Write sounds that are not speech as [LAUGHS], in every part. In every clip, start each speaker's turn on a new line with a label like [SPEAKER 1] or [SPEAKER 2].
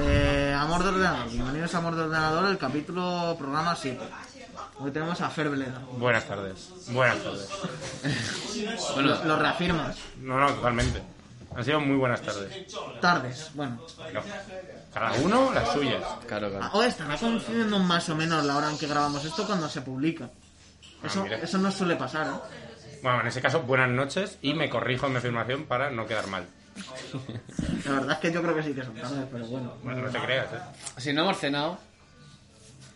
[SPEAKER 1] Eh, Amor de Ordenador. Bienvenidos a Amor de Ordenador, el capítulo programa 7. Hoy tenemos a Fer Bleda.
[SPEAKER 2] Buenas tardes. Buenas tardes.
[SPEAKER 1] Lo, lo reafirmas.
[SPEAKER 2] No, no, totalmente. Han sido muy buenas tardes.
[SPEAKER 1] Tardes, bueno. Ah,
[SPEAKER 2] No. Cada uno las suyas.
[SPEAKER 3] Claro, claro.
[SPEAKER 1] Hoy estará coincidiendo más o menos la hora en que grabamos esto cuando se publica.
[SPEAKER 2] Ah,
[SPEAKER 1] Eso,
[SPEAKER 2] mira.
[SPEAKER 1] eso no suele pasar, ¿eh?
[SPEAKER 2] Bueno, en ese caso, buenas noches y me corrijo en mi afirmación para no quedar mal.
[SPEAKER 1] La verdad es que yo creo que sí que son tardes, pero bueno.
[SPEAKER 2] Bueno, no te creas, ¿eh?
[SPEAKER 3] Ah. Si no hemos cenado,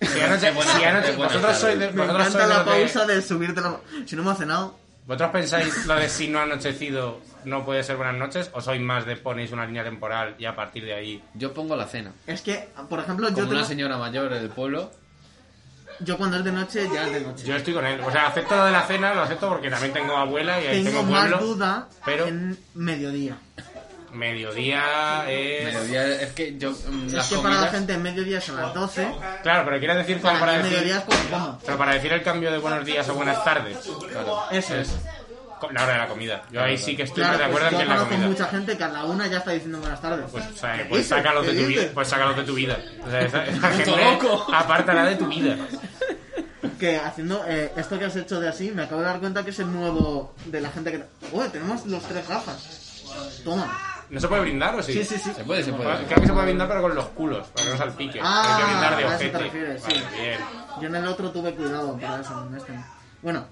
[SPEAKER 2] Si anoche,
[SPEAKER 3] Buenas-
[SPEAKER 2] si anoche-
[SPEAKER 3] buenas
[SPEAKER 2] vosotros
[SPEAKER 3] tardes.
[SPEAKER 2] sois de,
[SPEAKER 1] Me
[SPEAKER 2] vosotros
[SPEAKER 1] encanta
[SPEAKER 2] sois
[SPEAKER 1] la
[SPEAKER 2] los de-
[SPEAKER 1] pausa de subirte la... Si no hemos cenado,
[SPEAKER 2] ¿Vosotros pensáis lo de si no ha anochecido no puede ser buenas noches? ¿O sois más de ponéis una línea temporal y a partir de ahí?
[SPEAKER 3] yo pongo la cena.
[SPEAKER 1] es que, por ejemplo, yo,
[SPEAKER 3] Como una
[SPEAKER 1] tengo-
[SPEAKER 3] señora mayor del pueblo.
[SPEAKER 1] yo cuando es de noche, ya es de noche.
[SPEAKER 2] Yo estoy con él. O sea, acepto lo de la cena, lo acepto porque también tengo abuela y ahí
[SPEAKER 1] tengo,
[SPEAKER 2] tengo,
[SPEAKER 1] más
[SPEAKER 2] pueblo.
[SPEAKER 1] duda
[SPEAKER 2] pero-
[SPEAKER 1] en mediodía.
[SPEAKER 2] Mediodía es...
[SPEAKER 3] Mediodía, es que yo. mm,
[SPEAKER 1] Es
[SPEAKER 3] las
[SPEAKER 1] que para la
[SPEAKER 3] comidas-
[SPEAKER 1] gente mediodía es a las 12.
[SPEAKER 2] Claro, pero quiero decir como
[SPEAKER 1] Para,
[SPEAKER 2] para
[SPEAKER 1] mí
[SPEAKER 2] decir...
[SPEAKER 1] mediodía es cuando como.
[SPEAKER 2] Pero para decir el cambio de buenos días o buenas tardes,
[SPEAKER 3] Claro.
[SPEAKER 1] Eso es.
[SPEAKER 2] con la hora de la comida. Yo ahí sí que estoy
[SPEAKER 1] Claro,
[SPEAKER 2] de acuerdo en
[SPEAKER 1] pues
[SPEAKER 2] que
[SPEAKER 1] yo
[SPEAKER 2] es la
[SPEAKER 1] conozco
[SPEAKER 2] comida.
[SPEAKER 1] mucha gente que a la una ya está diciendo buenas tardes.
[SPEAKER 2] Pues, o sea,
[SPEAKER 1] ¿Qué
[SPEAKER 2] pues
[SPEAKER 1] dices?
[SPEAKER 2] sácalos
[SPEAKER 1] ¿Qué
[SPEAKER 2] de tu vida.
[SPEAKER 1] dices?
[SPEAKER 2] Pues sácalos de tu vida. O sea, esa, esa gente,
[SPEAKER 3] loco.
[SPEAKER 2] apártala de tu vida.
[SPEAKER 1] Que haciendo eh, esto que has hecho de así, me acabo de dar cuenta que es el nuevo de la gente que... Uy, tenemos los tres gafas. Toma.
[SPEAKER 2] ¿No se puede brindar o sí? Pues,
[SPEAKER 1] Sí, sí, sí.
[SPEAKER 3] Se puede, se puede.
[SPEAKER 2] Creo que se puede brindar pero con los culos, para que no salpique.
[SPEAKER 1] Ah,
[SPEAKER 2] Hay que brindar de
[SPEAKER 1] a eso te
[SPEAKER 2] ojete.
[SPEAKER 1] refieres, sí.
[SPEAKER 2] Vale, bien.
[SPEAKER 1] Yo en el otro tuve cuidado para eso, en este no. Bueno,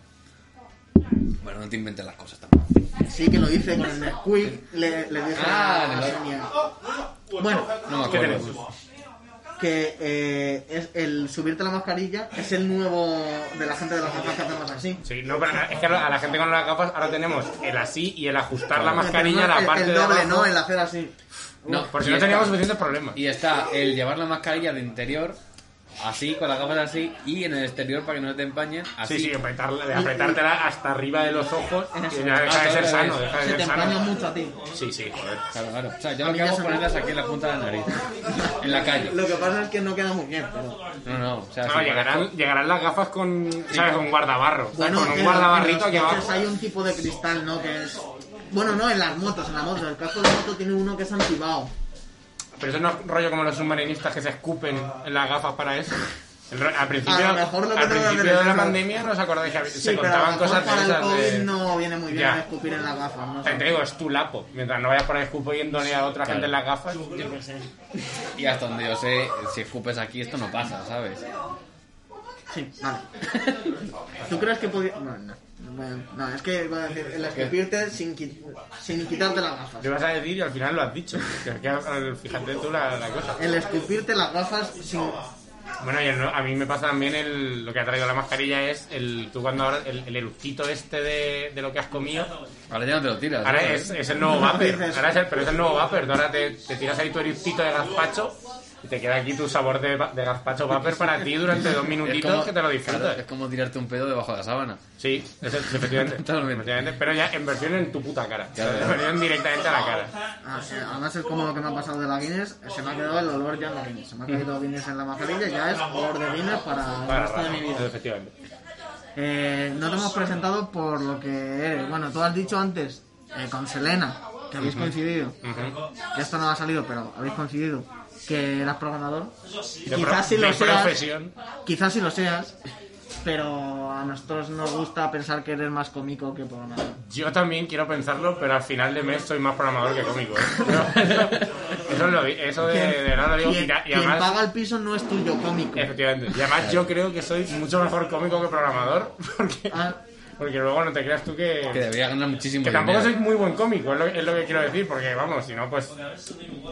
[SPEAKER 3] Bueno, no te inventes las cosas tampoco.
[SPEAKER 1] sí que lo hice con el Nesquik, le, le dije
[SPEAKER 3] Ah,
[SPEAKER 1] a,
[SPEAKER 3] de
[SPEAKER 1] a
[SPEAKER 3] verdad.
[SPEAKER 1] Sonia. Bueno,
[SPEAKER 3] No me
[SPEAKER 2] ¿Qué
[SPEAKER 3] acuerdo.
[SPEAKER 1] [LAUGHS]
[SPEAKER 2] tenemos?
[SPEAKER 1] que eh, es el subirte la mascarilla es el nuevo de la gente de las gafas que hacemos así.
[SPEAKER 2] Sí, no, pero es que a la gente con las gafas ahora tenemos el así y el ajustar la mascarilla a
[SPEAKER 1] Tenemos
[SPEAKER 2] la parte
[SPEAKER 1] el, el
[SPEAKER 2] de
[SPEAKER 1] doble,
[SPEAKER 2] abajo.
[SPEAKER 1] ¿no? El hacer así.
[SPEAKER 3] No,
[SPEAKER 2] Por si
[SPEAKER 3] y
[SPEAKER 2] no
[SPEAKER 3] está-
[SPEAKER 2] teníamos suficientes problemas.
[SPEAKER 3] Y está el llevar la mascarilla de interior, así, con las gafas así, y en el exterior para que no te empañen, así.
[SPEAKER 2] Sí, sí, apretarla, de apretártela hasta arriba de los ojos.
[SPEAKER 1] Eso.
[SPEAKER 2] y ya deja de ser sano, deja de
[SPEAKER 1] Se te
[SPEAKER 2] ser
[SPEAKER 1] empaña
[SPEAKER 2] sano.
[SPEAKER 1] mucho a ti.
[SPEAKER 2] Sí, sí, joder.
[SPEAKER 3] Claro, claro. O sea,
[SPEAKER 1] A
[SPEAKER 3] yo
[SPEAKER 1] mí
[SPEAKER 3] lo que
[SPEAKER 1] ya
[SPEAKER 3] hago es
[SPEAKER 1] se me-
[SPEAKER 3] ponerlas aquí en la punta de la nariz. En la calle.
[SPEAKER 1] Lo Ah, que pasa es que no queda muy bien, pero...
[SPEAKER 3] No, no, o sea,
[SPEAKER 2] No,
[SPEAKER 3] si-
[SPEAKER 2] llegarán, llegarán las gafas con, ¿sabes? Con guardabarro. O sea, con
[SPEAKER 1] en
[SPEAKER 2] un
[SPEAKER 1] los- en
[SPEAKER 2] guardabarrito
[SPEAKER 1] los
[SPEAKER 2] aquí
[SPEAKER 1] coches
[SPEAKER 2] abajo.
[SPEAKER 1] hay un tipo de cristal, ¿no? Que es... Bueno, no, en las motos, en la moto. El casco de moto tiene uno que es antibao.
[SPEAKER 2] Pero eso no es rollo como los submarinistas que se escupen en las gafas para eso. El ro- al principio,
[SPEAKER 1] A lo mejor lo que
[SPEAKER 2] al
[SPEAKER 1] tengo que
[SPEAKER 2] principio
[SPEAKER 1] hacer es
[SPEAKER 2] de la
[SPEAKER 1] eso.
[SPEAKER 2] pandemia, ¿no os acordáis que hab-
[SPEAKER 1] Sí,
[SPEAKER 2] se
[SPEAKER 1] pero a lo
[SPEAKER 2] contaban
[SPEAKER 1] mejor
[SPEAKER 2] cosas
[SPEAKER 1] para
[SPEAKER 2] de
[SPEAKER 1] el
[SPEAKER 2] esas
[SPEAKER 1] COVID
[SPEAKER 2] de...
[SPEAKER 1] no viene muy bien
[SPEAKER 2] Ya.
[SPEAKER 1] escupir en las gafas, no
[SPEAKER 2] Te
[SPEAKER 1] sé.
[SPEAKER 2] digo, es tu lapo. Mientras no vayas por ahí escupiéndole a otra gente en las gafas.
[SPEAKER 3] Y hasta donde yo sé, si escupes aquí, esto no pasa, ¿sabes?
[SPEAKER 1] Sí, vale. [LAUGHS] ¿Tú crees que podía...? Bueno, no. Bueno, no, es que iba a decir, el escupirte sin, qui- sin quitarte las gafas.
[SPEAKER 2] Te vas a decir y al final lo has dicho. Que- que al- Fíjate tú la, la cosa.
[SPEAKER 1] El escupirte las gafas sin...
[SPEAKER 2] Bueno, y el- a mí me pasa también el- lo que ha traído la mascarilla es el, tú cuando ahora el, el eructito este de, de lo que has comido.
[SPEAKER 3] Ahora ya no te lo tiras.
[SPEAKER 2] Ahora es,
[SPEAKER 3] ¿sabes?
[SPEAKER 2] es el nuevo vapor. Ahora es el, pero es el nuevo vapor. Tú ahora te, te tiras ahí tu eructito de gazpacho y te queda aquí tu sabor de, va- de gazpacho vapor para ti durante dos minutitos que te lo
[SPEAKER 3] claro, es
[SPEAKER 2] disfrutas.
[SPEAKER 3] como tirarte un pedo debajo de la sábana.
[SPEAKER 2] Sí, es- es- efectivamente,
[SPEAKER 3] Totalmente.
[SPEAKER 2] efectivamente, Pero ya en versión en tu puta cara.
[SPEAKER 3] Claro.
[SPEAKER 2] O sea, en versión directamente a la cara.
[SPEAKER 1] Ah, sí, además es como lo que me ha pasado de la Guinness, se me ha quedado el olor ya en la Guinness. Se me ha caído Guinness en la mascarilla, ya es olor de Guinness para el
[SPEAKER 2] Para
[SPEAKER 1] resto de mi vida.
[SPEAKER 2] Efectivamente.
[SPEAKER 1] Eh, no te hemos presentado por lo que eres. Bueno, tú has dicho antes, eh, con Selena, que habéis coincidido,
[SPEAKER 2] Ujú.
[SPEAKER 1] que esto no ha salido, pero habéis coincidido, que eras programador.
[SPEAKER 2] De pro-
[SPEAKER 1] Quizás si
[SPEAKER 2] de
[SPEAKER 1] lo seas,
[SPEAKER 2] profesión.
[SPEAKER 1] quizás si lo seas, pero a nosotros nos gusta pensar que eres más cómico que programador.
[SPEAKER 2] Yo también quiero pensarlo, pero al final de mes soy más programador que cómico. ¿eh? Yo- [LAUGHS] eso, eso lo di- eso de, de verdad lo digo.
[SPEAKER 1] Quien-
[SPEAKER 2] Y, a- y
[SPEAKER 1] quien
[SPEAKER 2] además,
[SPEAKER 1] paga el piso no es tuyo, cómico.
[SPEAKER 2] efectivamente, y además yo creo que soy mucho mejor cómico que programador, [LAUGHS] porque,
[SPEAKER 1] Ah.
[SPEAKER 2] porque luego no te creas tú
[SPEAKER 3] Que
[SPEAKER 2] que...
[SPEAKER 3] debería ganar muchísimo
[SPEAKER 2] Que tampoco soy
[SPEAKER 3] dinero.
[SPEAKER 2] muy buen cómico, es lo, es lo que quiero decir, porque vamos, si no, pues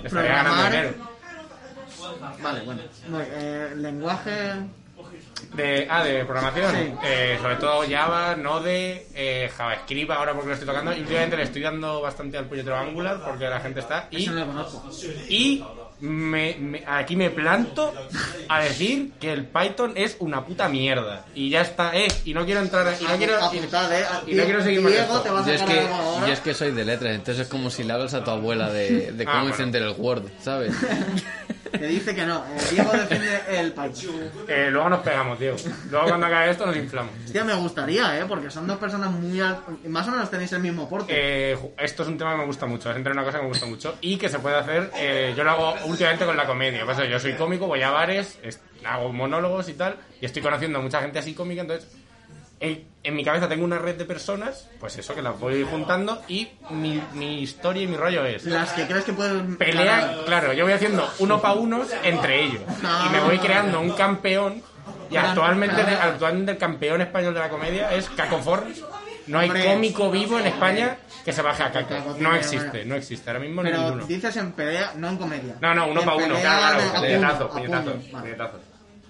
[SPEAKER 2] estaría ganando
[SPEAKER 1] Programar.
[SPEAKER 2] dinero.
[SPEAKER 1] Vale, bueno. Muy- eh, lenguaje.
[SPEAKER 2] De, ah, de programación.
[SPEAKER 1] Sí.
[SPEAKER 2] Eh, sobre todo Java, Node, eh, JavaScript, ahora porque lo estoy tocando. Y últimamente le estoy dando bastante al puñetero Angular, porque la gente está... Y
[SPEAKER 1] Eso no lo conozco.
[SPEAKER 2] Y me- me- aquí me planto a decir que el Python es una puta mierda. Y ya está, eh. Y no quiero entrar. Y no quiero,
[SPEAKER 1] Apuntad, eh.
[SPEAKER 2] y no quiero seguir con
[SPEAKER 1] Diego
[SPEAKER 2] esto.
[SPEAKER 1] te va a
[SPEAKER 3] Yo es,
[SPEAKER 1] sacar
[SPEAKER 3] que,
[SPEAKER 1] algo ahora.
[SPEAKER 3] yo es que soy de letras, entonces es como si le hablas a tu abuela de, de
[SPEAKER 2] Ah,
[SPEAKER 3] cómo
[SPEAKER 2] bueno.
[SPEAKER 3] encender el Word, ¿sabes?
[SPEAKER 1] Te dice que no. Eh, Diego defiende el país.
[SPEAKER 2] Eh, luego nos pegamos, Diego. Luego cuando acabe esto nos inflamos.
[SPEAKER 1] Hostia, me gustaría, ¿eh? Porque son dos personas muy... al- Más o menos tenéis el mismo porte.
[SPEAKER 2] Eh, ju- esto es un tema que me gusta mucho, es entre una cosa que me gusta mucho y que se puede hacer, eh, yo lo hago últimamente con la comedia, Por eso yo soy cómico, voy a bares, es- hago monólogos y tal, y estoy conociendo a mucha gente así cómica, entonces en, en mi cabeza tengo una red de personas, pues eso, que las voy juntando y mi, mi historia y mi rollo es...
[SPEAKER 1] Las que crees que pueden...
[SPEAKER 2] Pelea, claro, yo voy haciendo uno pa' unos entre ellos y me voy creando un campeón y actualmente, actualmente el campeón español de la comedia es Caco Forns. No hay
[SPEAKER 1] Hombre.
[SPEAKER 2] cómico vivo en España que se baje a Caco.
[SPEAKER 1] Caco
[SPEAKER 2] No
[SPEAKER 1] tiene
[SPEAKER 2] existe,
[SPEAKER 1] una-
[SPEAKER 2] no existe ahora mismo
[SPEAKER 1] Pero
[SPEAKER 2] ninguno.
[SPEAKER 1] dices en pelea, no en comedia.
[SPEAKER 2] No, no, uno
[SPEAKER 1] En
[SPEAKER 2] pa' uno,
[SPEAKER 1] pelea de-
[SPEAKER 2] claro,
[SPEAKER 1] a
[SPEAKER 2] claro,
[SPEAKER 1] puño,
[SPEAKER 2] puñetazos,
[SPEAKER 1] a
[SPEAKER 2] puñetazos,
[SPEAKER 1] puño, vale.
[SPEAKER 2] puñetazos.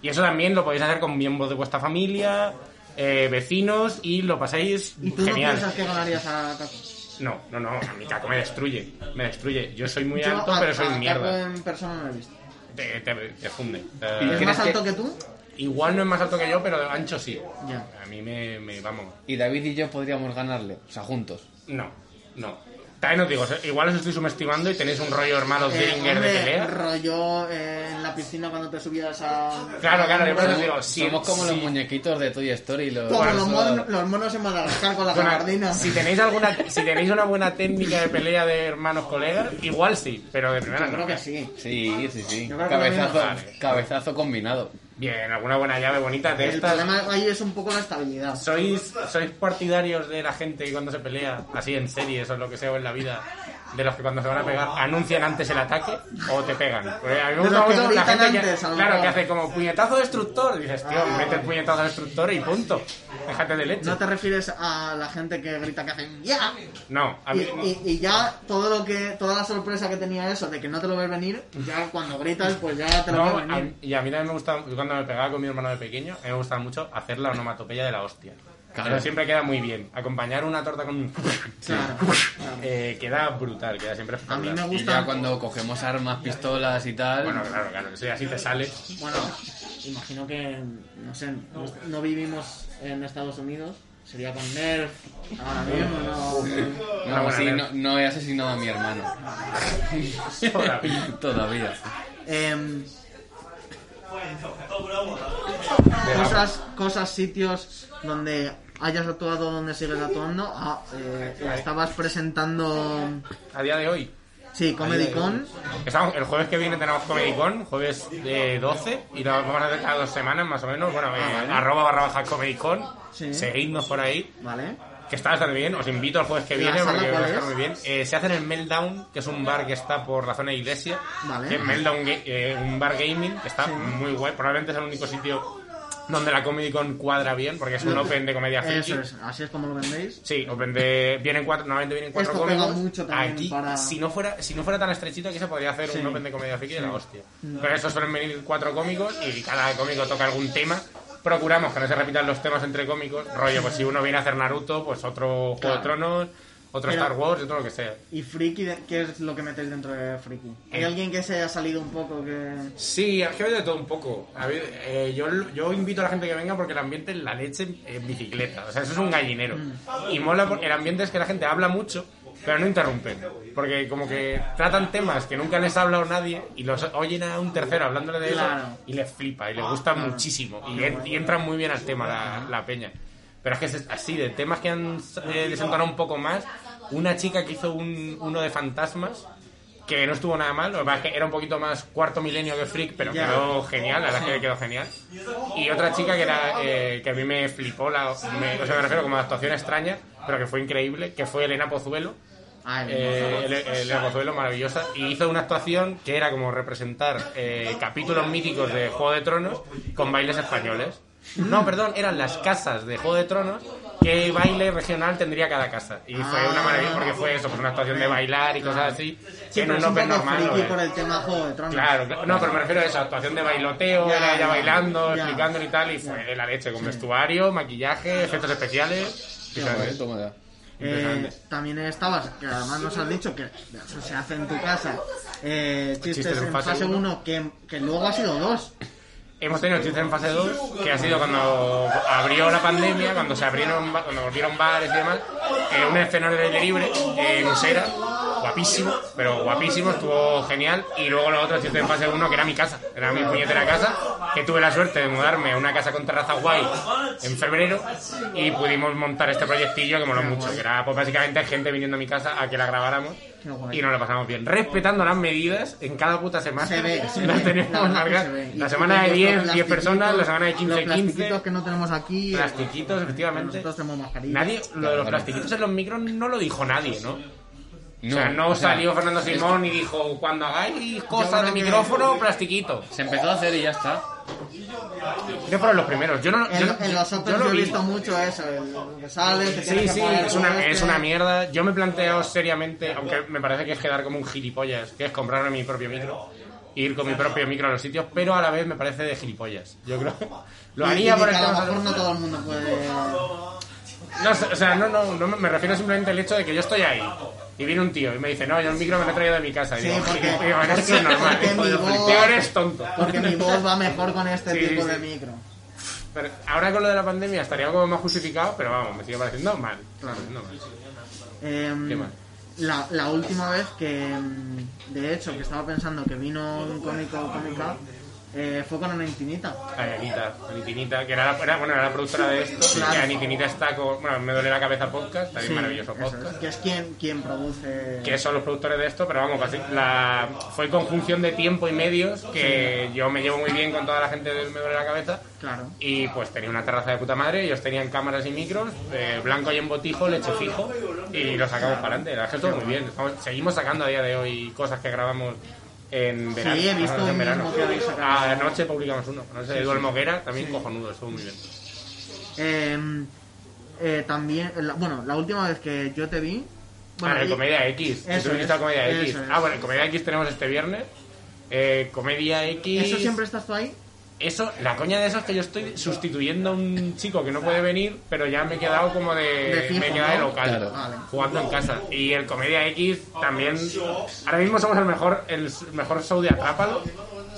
[SPEAKER 2] Y eso también lo podéis hacer con miembros de vuestra familia, eh, vecinos y lo pasáis
[SPEAKER 1] ¿Y tú no
[SPEAKER 2] genial.
[SPEAKER 1] piensas que ganarías a Caco?
[SPEAKER 2] No, no, no, a mí Caco me destruye, me destruye. Yo soy muy
[SPEAKER 1] Yo
[SPEAKER 2] alto,
[SPEAKER 1] a-
[SPEAKER 2] pero soy
[SPEAKER 1] a Caco
[SPEAKER 2] mierda. Eh,
[SPEAKER 1] en persona no lo he visto.
[SPEAKER 2] Te, te- te funde.
[SPEAKER 3] ¿Y
[SPEAKER 2] Eh,
[SPEAKER 1] ¿Es
[SPEAKER 3] crees
[SPEAKER 1] más
[SPEAKER 3] que-
[SPEAKER 1] alto que tú?
[SPEAKER 2] Igual no es más alto que yo, pero ancho sí.
[SPEAKER 1] Ya.
[SPEAKER 2] A mí me, me- vamos.
[SPEAKER 3] Y David y yo podríamos ganarle, o sea, juntos.
[SPEAKER 2] No, no. También os digo, igual os estoy subestimando y tenéis un rollo hermano
[SPEAKER 1] Eh,
[SPEAKER 2] Zeringer de
[SPEAKER 1] hombre,
[SPEAKER 2] pelea.
[SPEAKER 1] rollo eh, en la piscina cuando te subías a...
[SPEAKER 2] Claro, claro,
[SPEAKER 1] a-
[SPEAKER 2] yo por eso digo, Oh, sí,
[SPEAKER 3] Somos como
[SPEAKER 2] sí.
[SPEAKER 3] los muñequitos de Toy Story. Los,
[SPEAKER 1] Como los
[SPEAKER 3] los-
[SPEAKER 1] monos, los monos en Madagascar con la
[SPEAKER 2] Bueno,
[SPEAKER 1] gabardina.
[SPEAKER 2] si tenéis alguna, si tenéis una buena técnica de pelea de hermanos colegas, igual sí, pero de primera
[SPEAKER 1] Yo
[SPEAKER 2] no.
[SPEAKER 1] creo que sí.
[SPEAKER 3] Sí, sí, sí.
[SPEAKER 1] Yo creo que
[SPEAKER 3] Cabezazo,
[SPEAKER 1] también
[SPEAKER 2] vale.
[SPEAKER 3] cabezazo combinado.
[SPEAKER 2] Bien, alguna buena llave bonita de
[SPEAKER 1] El
[SPEAKER 2] estas.
[SPEAKER 1] problema ahí es un poco la estabilidad.
[SPEAKER 2] ¿Sois, ¿Sois partidarios de la gente que cuando se pelea, así en series o lo que sea o en la vida, de los que cuando se van a pegar anuncian antes el ataque o te pegan? Porque a mí me
[SPEAKER 1] De
[SPEAKER 2] gusta
[SPEAKER 1] los que
[SPEAKER 2] mucho la
[SPEAKER 1] gritan
[SPEAKER 2] gente
[SPEAKER 1] antes,
[SPEAKER 2] que,
[SPEAKER 1] a lo
[SPEAKER 2] claro,
[SPEAKER 1] mejor.
[SPEAKER 2] que hace como puñetazo destructor. Dices, tío,
[SPEAKER 1] Ah.
[SPEAKER 2] mete el puñetazo destructor y punto. Déjate de leche.
[SPEAKER 1] No te refieres a la gente que grita que hacen ¡Ya!
[SPEAKER 2] No, a
[SPEAKER 1] Y,
[SPEAKER 2] mí.
[SPEAKER 1] y- y ya todo lo que, toda la sorpresa que tenía eso de que no te lo ves venir, ya cuando gritas, pues ya te lo
[SPEAKER 2] no,
[SPEAKER 1] ves
[SPEAKER 2] a-
[SPEAKER 1] venir.
[SPEAKER 2] y a mí también me gustaba, yo cuando me pegaba con mi hermano de pequeño, a mí me gustaba mucho hacer la onomatopeya de la hostia.
[SPEAKER 3] Claro.
[SPEAKER 2] Pero siempre queda muy bien. Acompañar una torta con un... [LAUGHS]
[SPEAKER 1] Claro, claro.
[SPEAKER 2] Eh, queda brutal, queda siempre
[SPEAKER 1] A mí me
[SPEAKER 2] espectacular.
[SPEAKER 3] Y
[SPEAKER 1] gusta.
[SPEAKER 3] ya cuando cogemos armas, pistolas y tal.
[SPEAKER 2] Bueno, claro, claro, eso ya así te sale.
[SPEAKER 1] Bueno, imagino que, no sé, no, no vivimos en Estados Unidos. Sería con Nerf, ahora mismo, no.
[SPEAKER 2] Una
[SPEAKER 3] no,
[SPEAKER 2] buena
[SPEAKER 3] sí,
[SPEAKER 2] red.
[SPEAKER 3] no, no he asesinado a mi hermano.
[SPEAKER 2] [LAUGHS] Todavía.
[SPEAKER 3] Todavía.
[SPEAKER 1] Em, cosas, cosas, sitios donde hayas actuado, donde sigues actuando. Ah, eh, la estabas presentando,
[SPEAKER 2] A día de hoy.
[SPEAKER 1] sí, Comedy Con.
[SPEAKER 2] Estamos- el jueves que viene tenemos Comedy Con, jueves de 12, y lo vamos a hacer cada dos semanas más o menos. Bueno, eh, arroba barra baja Comedy Con,
[SPEAKER 1] Ah, Sí.
[SPEAKER 2] seguidnos por ahí,
[SPEAKER 1] Vale.
[SPEAKER 2] que está bastante bien. Os invito al jueves que
[SPEAKER 1] ¿La
[SPEAKER 2] viene
[SPEAKER 1] sala
[SPEAKER 2] porque va a
[SPEAKER 1] cuál
[SPEAKER 2] estar
[SPEAKER 1] es?
[SPEAKER 2] muy bien. Eh, se hace en el Meltdown, que es un bar que está por la zona de iglesia.
[SPEAKER 1] Vale.
[SPEAKER 2] que es Meltdown, Ga- eh, un bar gaming, que está muy guay. Probablemente es el único sitio donde la Comedy Con cuadra bien, porque es un open de comedia friki.
[SPEAKER 1] Eso es, así es como lo vendéis.
[SPEAKER 2] Sí, Open de- vienen cuatro, normalmente vienen cuatro
[SPEAKER 1] Esto pega
[SPEAKER 2] cómicos.
[SPEAKER 1] mucho también
[SPEAKER 2] aquí,
[SPEAKER 1] para-
[SPEAKER 2] si no fuera, si no fuera tan estrechito, aquí se podría hacer
[SPEAKER 1] Sí.
[SPEAKER 2] un Open de comedia friki de la hostia. Pero eso suelen venir cuatro cómicos y cada cómico toca algún tema. Procuramos que no se repitan los temas entre cómicos. Rollo, pues si uno viene a hacer Naruto, pues otro Juego
[SPEAKER 1] Claro.
[SPEAKER 2] de Tronos, otro
[SPEAKER 1] Pero-
[SPEAKER 2] Star Wars, otro lo que sea.
[SPEAKER 1] ¿Y friki? de- ¿Qué es lo que metéis dentro de friki? ¿Hay
[SPEAKER 2] Eh.
[SPEAKER 1] alguien que se haya salido un poco que...?
[SPEAKER 2] Sí, es que ha habido de todo un poco. Ha habido- eh, yo, yo invito a la gente que venga porque el ambiente es la leche en, en bicicleta. O sea, eso es un gallinero. Y mola porque el ambiente es que la gente habla mucho, pero no interrumpen. Porque como que tratan temas que nunca les ha hablado nadie y los oyen a un tercero hablándole de eso
[SPEAKER 1] Claro.
[SPEAKER 2] y les flipa y les gusta muchísimo. Y, en- y entran muy bien al tema la, la peña. Pero es que es así, de temas que han eh, desentonado un poco más, una chica que hizo un- uno de fantasmas que no estuvo nada mal, lo que pasa es que era un poquito más cuarto milenio que Freak, pero
[SPEAKER 1] Ya.
[SPEAKER 2] quedó genial, la verdad es que quedó genial. Y otra chica que era eh, que a mí me flipó, la, me, o sea, me refiero como actuación extraña, pero que fue increíble, que fue Elena Pozuelo,
[SPEAKER 1] Ah, el-
[SPEAKER 2] eh, el- el- Elena Pozuelo maravillosa, y hizo una actuación que era como representar eh, capítulos míticos de Juego de Tronos con bailes españoles. No, perdón, eran las casas de Juego de Tronos, qué baile regional tendría cada casa. Y fue una maravilla porque fue eso, pues una actuación de bailar y cosas así,
[SPEAKER 1] Ah. Sí,
[SPEAKER 2] en
[SPEAKER 1] pero
[SPEAKER 2] un
[SPEAKER 1] es un
[SPEAKER 2] open
[SPEAKER 1] poco
[SPEAKER 2] normal.
[SPEAKER 1] friki
[SPEAKER 2] ¿no?
[SPEAKER 1] por el tema Juego de Tronos.
[SPEAKER 2] Claro, claro. no, pero me refiero a eso, actuación de bailoteo,
[SPEAKER 1] Ya,
[SPEAKER 2] era
[SPEAKER 1] ya,
[SPEAKER 2] ella bailando,
[SPEAKER 1] ya.
[SPEAKER 2] explicándole y tal, y fue de la leche, con vestuario, maquillaje, efectos especiales. y
[SPEAKER 3] Joder,
[SPEAKER 2] sabes,
[SPEAKER 3] toma ya.
[SPEAKER 1] Eh,
[SPEAKER 2] Impresionante.
[SPEAKER 1] también estabas, que además nos has dicho que eso se hace en tu casa. Eh, chistes,
[SPEAKER 2] Chistes en
[SPEAKER 1] en
[SPEAKER 2] fase
[SPEAKER 1] fase
[SPEAKER 2] uno.
[SPEAKER 1] 1, que, que luego ha sido 2.
[SPEAKER 2] Hemos tenido chistes en fase 2, que ha sido cuando abrió la pandemia, cuando se abrieron, ba- cuando volvieron bares y demás, eh, un escenario de aire libre eh, en Usera. Guau, guapísimo, pero guapísimo, estuvo genial. Y luego lo otro, estoy en fase 1, que era mi casa, era mi puñetera casa, que tuve la suerte de mudarme a una casa con terraza guay en febrero y pudimos montar este proyectillo que moló mucho, que era pues, básicamente gente viniendo a mi casa a que la grabáramos
[SPEAKER 1] Qué guay.
[SPEAKER 2] y nos lo pasamos bien, respetando las medidas en cada puta semana.
[SPEAKER 1] Se ve, se
[SPEAKER 2] las
[SPEAKER 1] ve, la
[SPEAKER 2] teníamos
[SPEAKER 1] verdad que
[SPEAKER 2] largas.
[SPEAKER 1] se ve. Y
[SPEAKER 2] La semana de
[SPEAKER 1] los
[SPEAKER 2] 10, 10 personas, la
[SPEAKER 1] plastiquitos,
[SPEAKER 2] semana de 15,
[SPEAKER 1] Los
[SPEAKER 2] 15.
[SPEAKER 1] plastiquitos que no tenemos aquí. eh,
[SPEAKER 2] Plastiquitos, efectivamente.
[SPEAKER 1] Nosotros tenemos mascarillas.
[SPEAKER 2] Nadie, lo de los plastiquitos en los micros no lo dijo nadie, ¿no?
[SPEAKER 3] No,
[SPEAKER 2] o sea, no
[SPEAKER 3] o sea,
[SPEAKER 2] salió Fernando Simón y dijo, cuando hagáis cosas de
[SPEAKER 1] creo que-
[SPEAKER 2] micrófono, plastiquito.
[SPEAKER 3] Se empezó a hacer y ya está.
[SPEAKER 2] Yo fueron los primeros. Yo no, yo,
[SPEAKER 1] En, en los
[SPEAKER 2] yo
[SPEAKER 1] Opens
[SPEAKER 2] lo
[SPEAKER 1] yo he
[SPEAKER 2] vi.
[SPEAKER 1] visto mucho eso. El que sale, que
[SPEAKER 2] Sí,
[SPEAKER 1] tienes que
[SPEAKER 2] sí,
[SPEAKER 1] pagar
[SPEAKER 2] es
[SPEAKER 1] todo
[SPEAKER 2] una,
[SPEAKER 1] este.
[SPEAKER 2] es una mierda. Yo me he planteado seriamente, aunque me parece que es quedar como un gilipollas, que es comprarme mi propio micro, ir con mi propio micro a los sitios, pero a la vez me parece de gilipollas. Yo creo. Lo
[SPEAKER 1] Y-
[SPEAKER 2] haría
[SPEAKER 1] y
[SPEAKER 2] por
[SPEAKER 1] que
[SPEAKER 2] el
[SPEAKER 1] a lo
[SPEAKER 2] tema
[SPEAKER 1] mejor no
[SPEAKER 2] salud.
[SPEAKER 1] todo el mundo puede.
[SPEAKER 2] No, o sea, no, no, no, me- me refiero simplemente al hecho de que yo estoy ahí. Y viene un tío y me dice, no, yo el micro me lo he traído de mi casa. Y
[SPEAKER 1] Sí,
[SPEAKER 2] digo,
[SPEAKER 1] porque-
[SPEAKER 2] "Tío, eres
[SPEAKER 1] [LAUGHS] porque-
[SPEAKER 2] normal.
[SPEAKER 1] porque mi voz-
[SPEAKER 2] Tío, eres tonto.
[SPEAKER 1] Porque mi voz va mejor con este
[SPEAKER 2] Sí,
[SPEAKER 1] tipo
[SPEAKER 2] sí,
[SPEAKER 1] de
[SPEAKER 2] sí.
[SPEAKER 1] micro.
[SPEAKER 2] [LAUGHS] Pero ahora con lo de la pandemia estaría como más justificado, pero vamos, me sigue pareciendo mal. Pareciendo mal.
[SPEAKER 1] Em,
[SPEAKER 2] Qué mal.
[SPEAKER 1] la, la última vez que, em, de hecho, que estaba pensando que vino un cómico o cómica, eh, fue con una infinita.
[SPEAKER 2] Ay, Anita, Anitinita, que era la, era- bueno, era la productora de esto.
[SPEAKER 1] Claro.
[SPEAKER 2] Que Anitinita está con. Bueno, me duele la cabeza podcast, también
[SPEAKER 1] Sí,
[SPEAKER 2] maravilloso
[SPEAKER 1] eso es,
[SPEAKER 2] podcast.
[SPEAKER 1] que es quien, quien produce.
[SPEAKER 2] que son los productores de esto, pero vamos, casi la, fue conjunción de tiempo y medios que yo me llevo muy bien con toda la gente del Me duele la cabeza.
[SPEAKER 1] Claro.
[SPEAKER 2] Y pues tenía una terraza de puta madre, ellos tenían cámaras y micros, eh, blanco y en botijo, leche fijo, y lo sacamos para adelante. La verdad es que estuvo muy bien. Estamos- seguimos sacando a día de hoy cosas que grabamos en verano.
[SPEAKER 1] he visto
[SPEAKER 2] grabamos en
[SPEAKER 1] un
[SPEAKER 2] verano.
[SPEAKER 1] mismo que habéis sacado.
[SPEAKER 2] Ah, Anoche publicamos uno, anoche de Eduardo Moguera, también cojonudo, estuvo muy bien.
[SPEAKER 1] Em, eh, también, la- bueno, la última vez que yo te vi. Bueno,
[SPEAKER 2] ah, en
[SPEAKER 1] y-
[SPEAKER 2] el Comedia X. que
[SPEAKER 1] Eso
[SPEAKER 2] tú viniste
[SPEAKER 1] es,
[SPEAKER 2] a Comedia X.
[SPEAKER 1] eso es.
[SPEAKER 2] Ah, bueno, en Comedia X tenemos este viernes. Eh, Comedia X.
[SPEAKER 1] ¿Eso siempre estás tú ahí?
[SPEAKER 2] Eso, la coña de eso es que yo estoy sustituyendo a un chico que no puede venir, pero ya me he quedado como de.
[SPEAKER 1] De fijo,
[SPEAKER 2] me he quedado de
[SPEAKER 1] ¿no?
[SPEAKER 2] local,
[SPEAKER 3] Claro.
[SPEAKER 1] Vale.
[SPEAKER 2] jugando en casa. Y el Comedia X también. Ahora mismo somos el mejor, el mejor show de Atrápalo.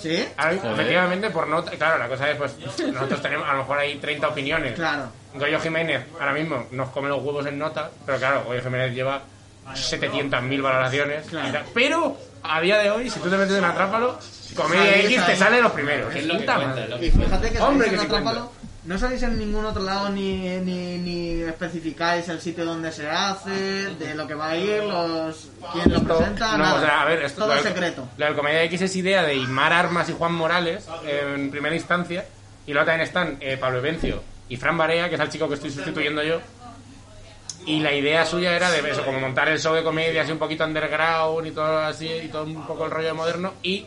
[SPEAKER 1] Sí.
[SPEAKER 2] Ahora,
[SPEAKER 3] Joder.
[SPEAKER 2] efectivamente, por no. Claro, la cosa es, pues, nosotros tenemos, a lo mejor hay 30 opiniones.
[SPEAKER 1] Claro.
[SPEAKER 2] Goyo Jiménez ahora mismo nos come los huevos en nota, pero claro, Goyo Jiménez lleva 700.000 valoraciones. y
[SPEAKER 1] Claro.
[SPEAKER 2] tal. Pero a día de hoy, si tú te metes en Atrápalo, Comedia
[SPEAKER 1] Sales
[SPEAKER 2] X te
[SPEAKER 1] ahí.
[SPEAKER 2] sale los primeros.
[SPEAKER 3] Es lo que
[SPEAKER 2] Puta
[SPEAKER 3] cuenta,
[SPEAKER 2] madre.
[SPEAKER 3] lo
[SPEAKER 1] Y fíjate que
[SPEAKER 2] Hombre,
[SPEAKER 1] salís en
[SPEAKER 2] que sí
[SPEAKER 1] Atrápalo, no salís en ningún otro lado ni, ni, ni especificáis el sitio donde se hace, de lo que va a ir, los quién lo presenta,
[SPEAKER 2] No,
[SPEAKER 1] nada.
[SPEAKER 2] o sea, a ver, esto,
[SPEAKER 1] todo
[SPEAKER 2] lo-
[SPEAKER 1] secreto.
[SPEAKER 2] La del Comedia X es idea de Imar Armas y Juan Morales eh, en primera instancia. Y luego también están eh, Pablo Evencio y Fran Barea, que es el chico que estoy sustituyendo yo. Y la idea suya era de eso, como montar el show de comedia así un poquito underground y todo así, y todo un poco el rollo moderno. Y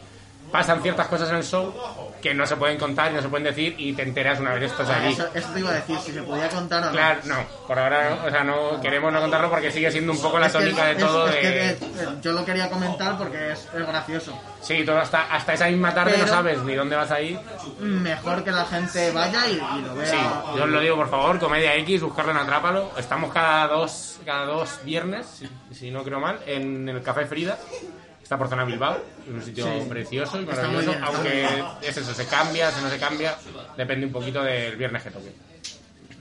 [SPEAKER 2] pasan ciertas cosas en el show que no se pueden contar y no se pueden decir y te enteras una vez estás allí.
[SPEAKER 1] Eso, eso te iba a decir, si se podía contar o no.
[SPEAKER 2] pues Claro, no, por ahora no, o sea, no queremos no contarlo porque sigue siendo un poco la
[SPEAKER 1] Es que-
[SPEAKER 2] tónica de
[SPEAKER 1] es-
[SPEAKER 2] todo.
[SPEAKER 1] es que
[SPEAKER 2] de...
[SPEAKER 1] de- de- yo lo quería comentar porque es, es gracioso.
[SPEAKER 2] Sí, todo hasta, hasta esa misma tarde no
[SPEAKER 1] Pero-
[SPEAKER 2] sabes ni dónde vas a ir.
[SPEAKER 1] Mejor que la gente vaya y, y lo vea.
[SPEAKER 2] Sí, yo os lo digo, por favor, Comedia X, buscarlo en Atrápalo. Estamos cada dos, cada dos viernes, si, si no creo mal, en el Café Frida. Está por zona Bilbao, es un sitio
[SPEAKER 1] Sí.
[SPEAKER 2] precioso y
[SPEAKER 1] Está muy
[SPEAKER 2] maravilloso.
[SPEAKER 1] bien, está
[SPEAKER 2] aunque
[SPEAKER 1] muy bien.
[SPEAKER 2] es eso, se cambia, se no se cambia, depende un poquito del viernes que toque.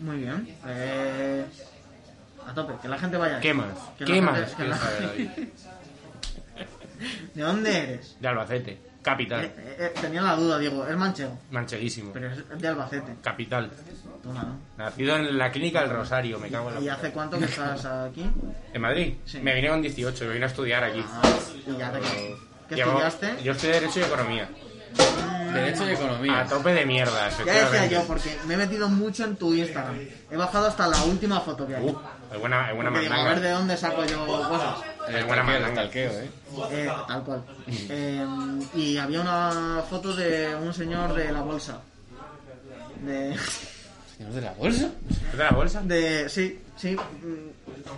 [SPEAKER 1] Muy bien. Eh, a tope, que la gente vaya.
[SPEAKER 2] ¿Qué más?
[SPEAKER 1] Que
[SPEAKER 2] ¿Qué
[SPEAKER 1] la
[SPEAKER 2] más?
[SPEAKER 1] gente- que
[SPEAKER 2] quieres
[SPEAKER 1] la-
[SPEAKER 2] saber hoy?
[SPEAKER 1] [LAUGHS] ¿De dónde eres?
[SPEAKER 2] De Albacete,
[SPEAKER 1] Eh,
[SPEAKER 2] capital,
[SPEAKER 1] eh, eh, tenía la duda, Diego. Es manchego,
[SPEAKER 2] mancheguísimo,
[SPEAKER 1] pero es de Albacete.
[SPEAKER 2] capital.
[SPEAKER 1] Toma, ¿no?
[SPEAKER 2] Nacido en la clínica del Rosario, me cago en la
[SPEAKER 1] ¿Y
[SPEAKER 2] puta.
[SPEAKER 1] hace cuánto que estás aquí?
[SPEAKER 2] ¿En Madrid?
[SPEAKER 1] Sí.
[SPEAKER 2] Me vine con 18, me vine a estudiar aquí.
[SPEAKER 1] Ah, y ya te ¿Qué
[SPEAKER 2] Llevo-
[SPEAKER 1] estudiaste?
[SPEAKER 2] Yo estudié Derecho y Economía.
[SPEAKER 3] Derecho y economía.
[SPEAKER 2] A tope de mierda,
[SPEAKER 1] Ya decía
[SPEAKER 2] efectivamente.
[SPEAKER 1] yo, porque me he metido mucho en tu Instagram. He bajado hasta la última foto que hay.
[SPEAKER 2] Uh, hay buena, hay buena
[SPEAKER 1] Porque digo, a ver de
[SPEAKER 2] mandanga.
[SPEAKER 1] dónde saco yo cosas.
[SPEAKER 3] El
[SPEAKER 2] Es buena
[SPEAKER 3] estalqueo, el
[SPEAKER 2] mandanga.
[SPEAKER 3] estalqueo, eh.
[SPEAKER 1] Eh, tal cual. Eh, y había una foto de un señor de la bolsa. De,
[SPEAKER 3] Señor de la bolsa.
[SPEAKER 2] ¿Es de la bolsa?
[SPEAKER 1] de sí, sí. mm,